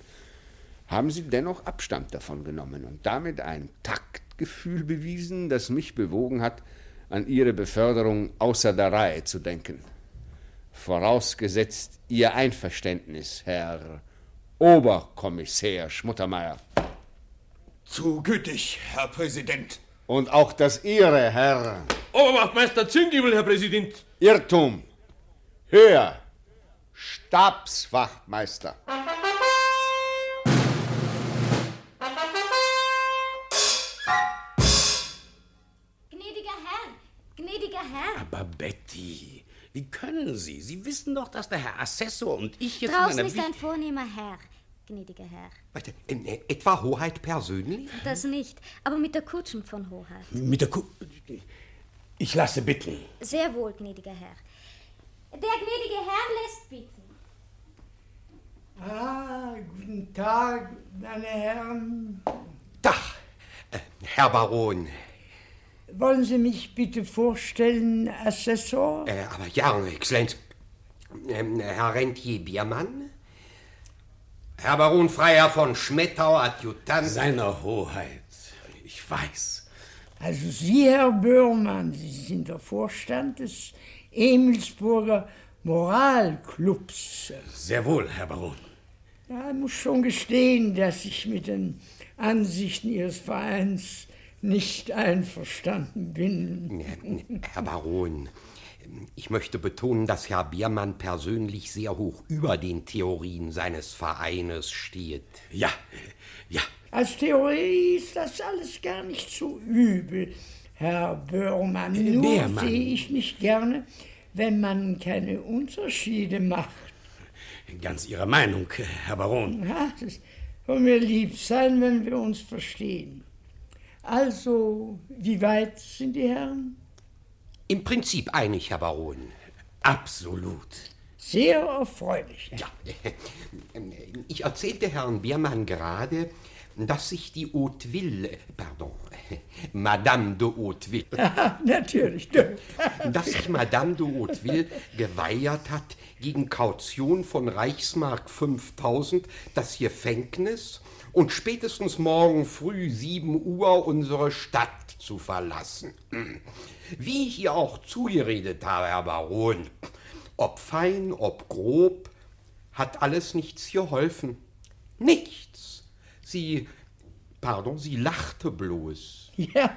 Speaker 14: haben sie dennoch Abstand davon genommen und damit ein Taktgefühl bewiesen, das mich bewogen hat, an ihre Beförderung außer der Reihe zu denken. Vorausgesetzt Ihr Einverständnis, Herr Oberkommissär Schmuttermeier.
Speaker 1: Zu gütig, Herr Präsident.
Speaker 14: Und auch das Ihre, Herr.
Speaker 17: Oberwachtmeister Züngibel, Herr Präsident.
Speaker 14: Irrtum. Höher. Stabswachtmeister.
Speaker 6: Gnädiger Herr, gnädiger Herr.
Speaker 3: Aber Betty, wie können Sie? Sie wissen doch, dass der Herr Assessor und ich jetzt in
Speaker 6: Draußen
Speaker 3: einer
Speaker 6: ist ein vornehmer Herr. gnädiger Herr.
Speaker 15: Warte, in etwa Hoheit persönlich?
Speaker 6: Das nicht, aber mit der Kutschen von Hoheit.
Speaker 3: Mit der Ku Ich lasse bitten.
Speaker 6: Sehr wohl, gnädiger Herr. Der gnädige Herr lässt bitten.
Speaker 22: Ah, guten Tag, meine Herren.
Speaker 15: Herr Baron,
Speaker 22: Wollen Sie mich bitte vorstellen, Assessor?
Speaker 15: äh, aber ja, Exzellenz. Ähm, Herr Rentier Biermann? Herr Baron Freiherr von Schmettau, Adjutant.
Speaker 3: Seiner Hoheit, Oh, ich weiß.
Speaker 22: Also Sie, Herr Böhrmann, Sie sind der Vorstand des Emilsburger Moralclubs.
Speaker 3: Sehr wohl, Herr Baron.
Speaker 22: Ja, ich muss schon gestehen, dass ich mit den Ansichten Ihres Vereins nicht einverstanden bin.
Speaker 15: Herr Baron, ich möchte betonen, dass Herr Biermann persönlich sehr hoch über den Theorien seines Vereines steht.
Speaker 3: Ja,
Speaker 22: Als Theorie ist das alles gar nicht so übel, Herr Böhrmann.
Speaker 3: Äh,
Speaker 22: Nur
Speaker 3: Beermann.
Speaker 22: sehe ich nicht gerne, wenn man keine Unterschiede macht.
Speaker 3: ganz Ihrer Meinung, Herr Baron.
Speaker 22: Ja, das soll mir lieb sein, wenn wir uns verstehen. Also, wie weit sind die Herren?
Speaker 15: Im Prinzip einig, Herr Baron. Absolut.
Speaker 22: Sehr erfreulich.
Speaker 15: Ja. Ich erzählte Herrn Biermann gerade, dass sich die Hauteville, pardon, Madame de Hauteville,
Speaker 22: Natürlich.
Speaker 15: dass sich Madame de Hauteville geweigert hat, gegen Kaution von Reichsmark 5000 das Gefängnis und spätestens morgen früh 7 Uhr unsere Stadt zu verlassen. Wie ich ihr auch zugeredet habe, Herr Baron, ob fein, ob grob, hat alles nichts geholfen. Nichts. Sie, pardon, sie lachte bloß.
Speaker 22: Ja,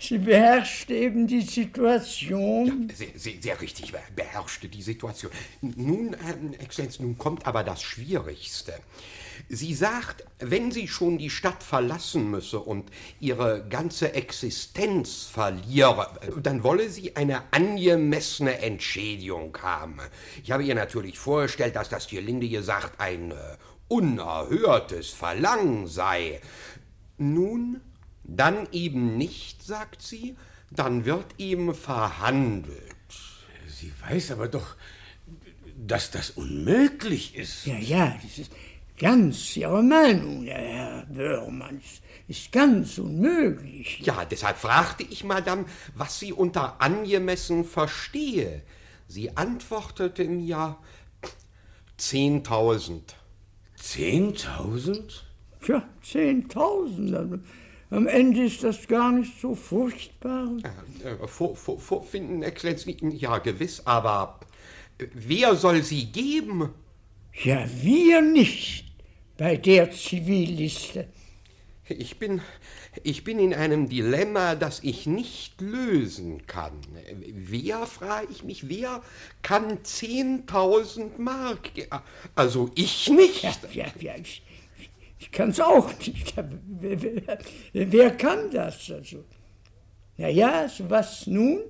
Speaker 22: sie beherrscht eben die Situation.
Speaker 15: Sehr, sehr, sehr richtig, be- beherrschte die Situation. N- Nun, ähm, Exzellenz, nun kommt aber das Schwierigste. Sie sagt, wenn sie schon die Stadt verlassen müsse und ihre ganze Existenz verliere, äh, dann wolle sie eine angemessene Entschädigung haben. Ich habe ihr natürlich vorgestellt, dass das gelinde gesagt ein äh, unerhörtes Verlangen sei. Nun, dann eben nicht, sagt sie, dann wird eben verhandelt.
Speaker 3: Sie weiß aber doch, dass das unmöglich ist.
Speaker 22: Ja, ja, das ist ganz Ihre Meinung, der Herr Böhrmann. oh Es Ist ganz unmöglich.
Speaker 15: Ja, deshalb fragte ich Madame, was sie unter angemessen verstehe. Sie antwortete mir 10.000.
Speaker 3: 10.000?
Speaker 22: Tja, 10.000. Am- Am Ende ist das gar nicht so furchtbar.
Speaker 15: Äh, vor, vor, vorfinden, Exzellenz, ja gewiss, aber äh, wer soll sie geben?
Speaker 22: Ja, wir nicht bei der Zivilliste.
Speaker 15: Ich bin, ich bin in einem Dilemma, das ich nicht lösen kann. Wer, frage ich mich, wer kann 10.000 Mark? ge- Also ich nicht.
Speaker 22: Ja, ja, ich, ich kann es auch nicht. Wer, wer, wer kann das? Also? Na ja, so was nun?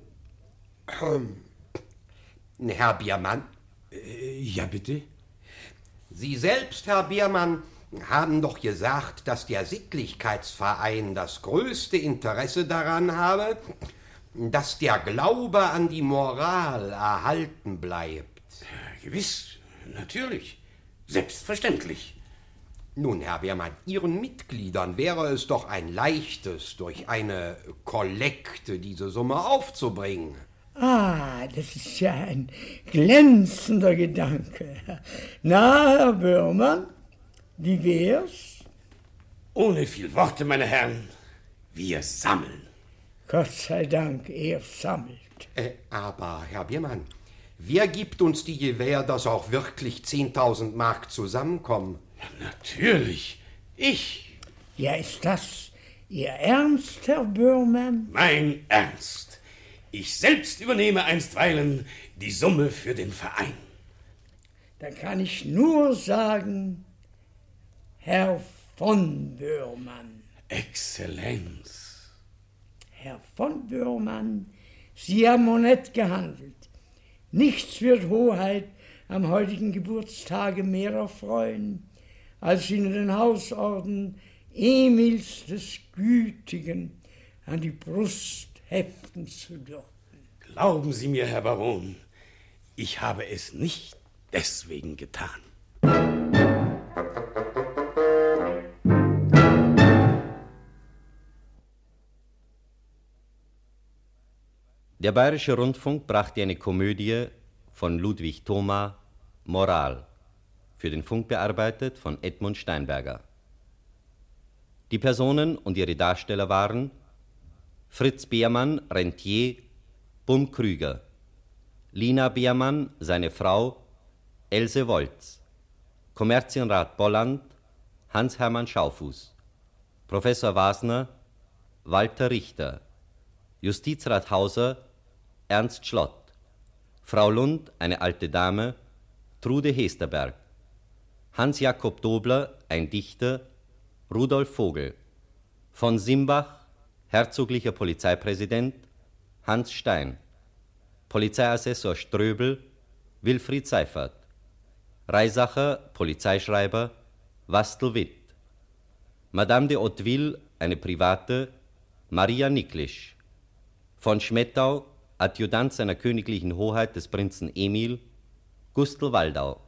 Speaker 15: Herr Biermann?
Speaker 3: Äh, Ja, bitte?
Speaker 15: Sie selbst, Herr Biermann, haben doch gesagt, dass der Sittlichkeitsverein das größte Interesse daran habe, dass der Glaube an die Moral erhalten bleibt.
Speaker 3: gewiss, natürlich. Selbstverständlich.
Speaker 15: Nun, Herr Wehrmann, Ihren Mitgliedern wäre es doch ein leichtes, durch eine Kollekte diese Summe aufzubringen.
Speaker 22: Ah, das ist ja ein glänzender Gedanke. Na, Herr Böhrmann, wie wär's?
Speaker 3: Ohne viel Worte, meine Herren. Wir sammeln.
Speaker 22: Gott sei Dank, er sammelt.
Speaker 15: Äh, aber, Herr Biermann, wer gibt uns die Gewähr, dass auch wirklich 10.000 Mark zusammenkommen?
Speaker 3: Natürlich. Ich.
Speaker 22: Ja, ist das Ihr Ernst, Herr Böhrmann?
Speaker 3: Mein Ernst. Ich selbst übernehme einstweilen die Summe für den Verein.
Speaker 22: Dann kann ich nur sagen, Herr von Böhrmann.
Speaker 3: Exzellenz.
Speaker 22: Herr von Böhrmann, Sie haben honnett gehandelt. Nichts wird Hoheit am heutigen Geburtstage mehr erfreuen, als ihnen den Hausorden Emils des Gütigen an die Brust heften zu dürfen.
Speaker 3: Glauben Sie mir, Herr Baron, ich habe es nicht deswegen getan.
Speaker 23: Der Bayerische Rundfunk brachte eine Komödie von Ludwig Thoma, Moral, für den Funk bearbeitet von Edmund Steinberger. Die Personen und ihre Darsteller waren Fritz Beermann, Rentier, Bum Krüger, Lina Beermann, seine Frau, Else Wolz, Kommerzienrat Bolland, Hans-Hermann Schaufuß, Professor Wasner, Walter Richter, Justizrat Hauser, Ernst Schlott, Frau Lund, eine alte Dame, Trude Hesterberg, Hans Jakob Dobler, ein Dichter, Rudolf Vogel, von Simbach, herzoglicher Polizeipräsident, Hans Stein, Polizeiassessor Ströbel, Wilfried Seifert, Reisacher, Polizeischreiber, Wastel Witt, Madame de Hauteville, eine private, Maria Niklisch, von Schmettau, Adjutant seiner königlichen Hoheit des Prinzen Emil, Gustl Waldau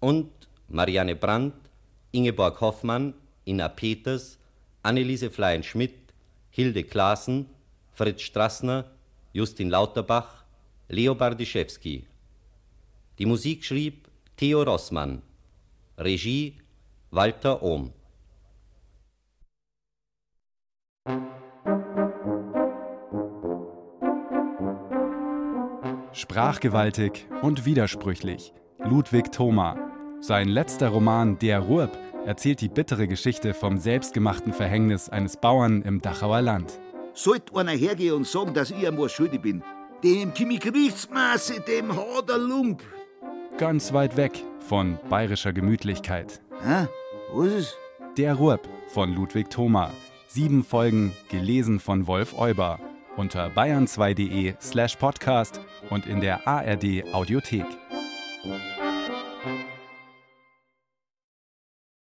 Speaker 23: und Marianne Brandt, Ingeborg Hoffmann, Ina Peters, Anneliese Fleien-Schmidt, Hilde Klaassen, Fritz Strassner, Justin Lauterbach, Leo Bardischewski. Die Musik schrieb Theo Rossmann, Regie Walter Ohm.
Speaker 24: Sprachgewaltig und widersprüchlich. Ludwig Thoma. Sein letzter Roman Der Ruhrb erzählt die bittere Geschichte vom selbstgemachten Verhängnis eines Bauern im Dachauer Land.
Speaker 25: Sollte einer hergehen und sagen, dass ich einmal schuldig bin, dem komm ich Gewichtsmaße, dem hat er Lump.
Speaker 24: Ganz weit weg von bayerischer Gemütlichkeit.
Speaker 25: Hä? Was ist?
Speaker 24: Der Ruhrb von Ludwig Thoma. Sieben Folgen, gelesen von Wolf Euber. Unter bayern2.de slash podcast und in der ARD Audiothek.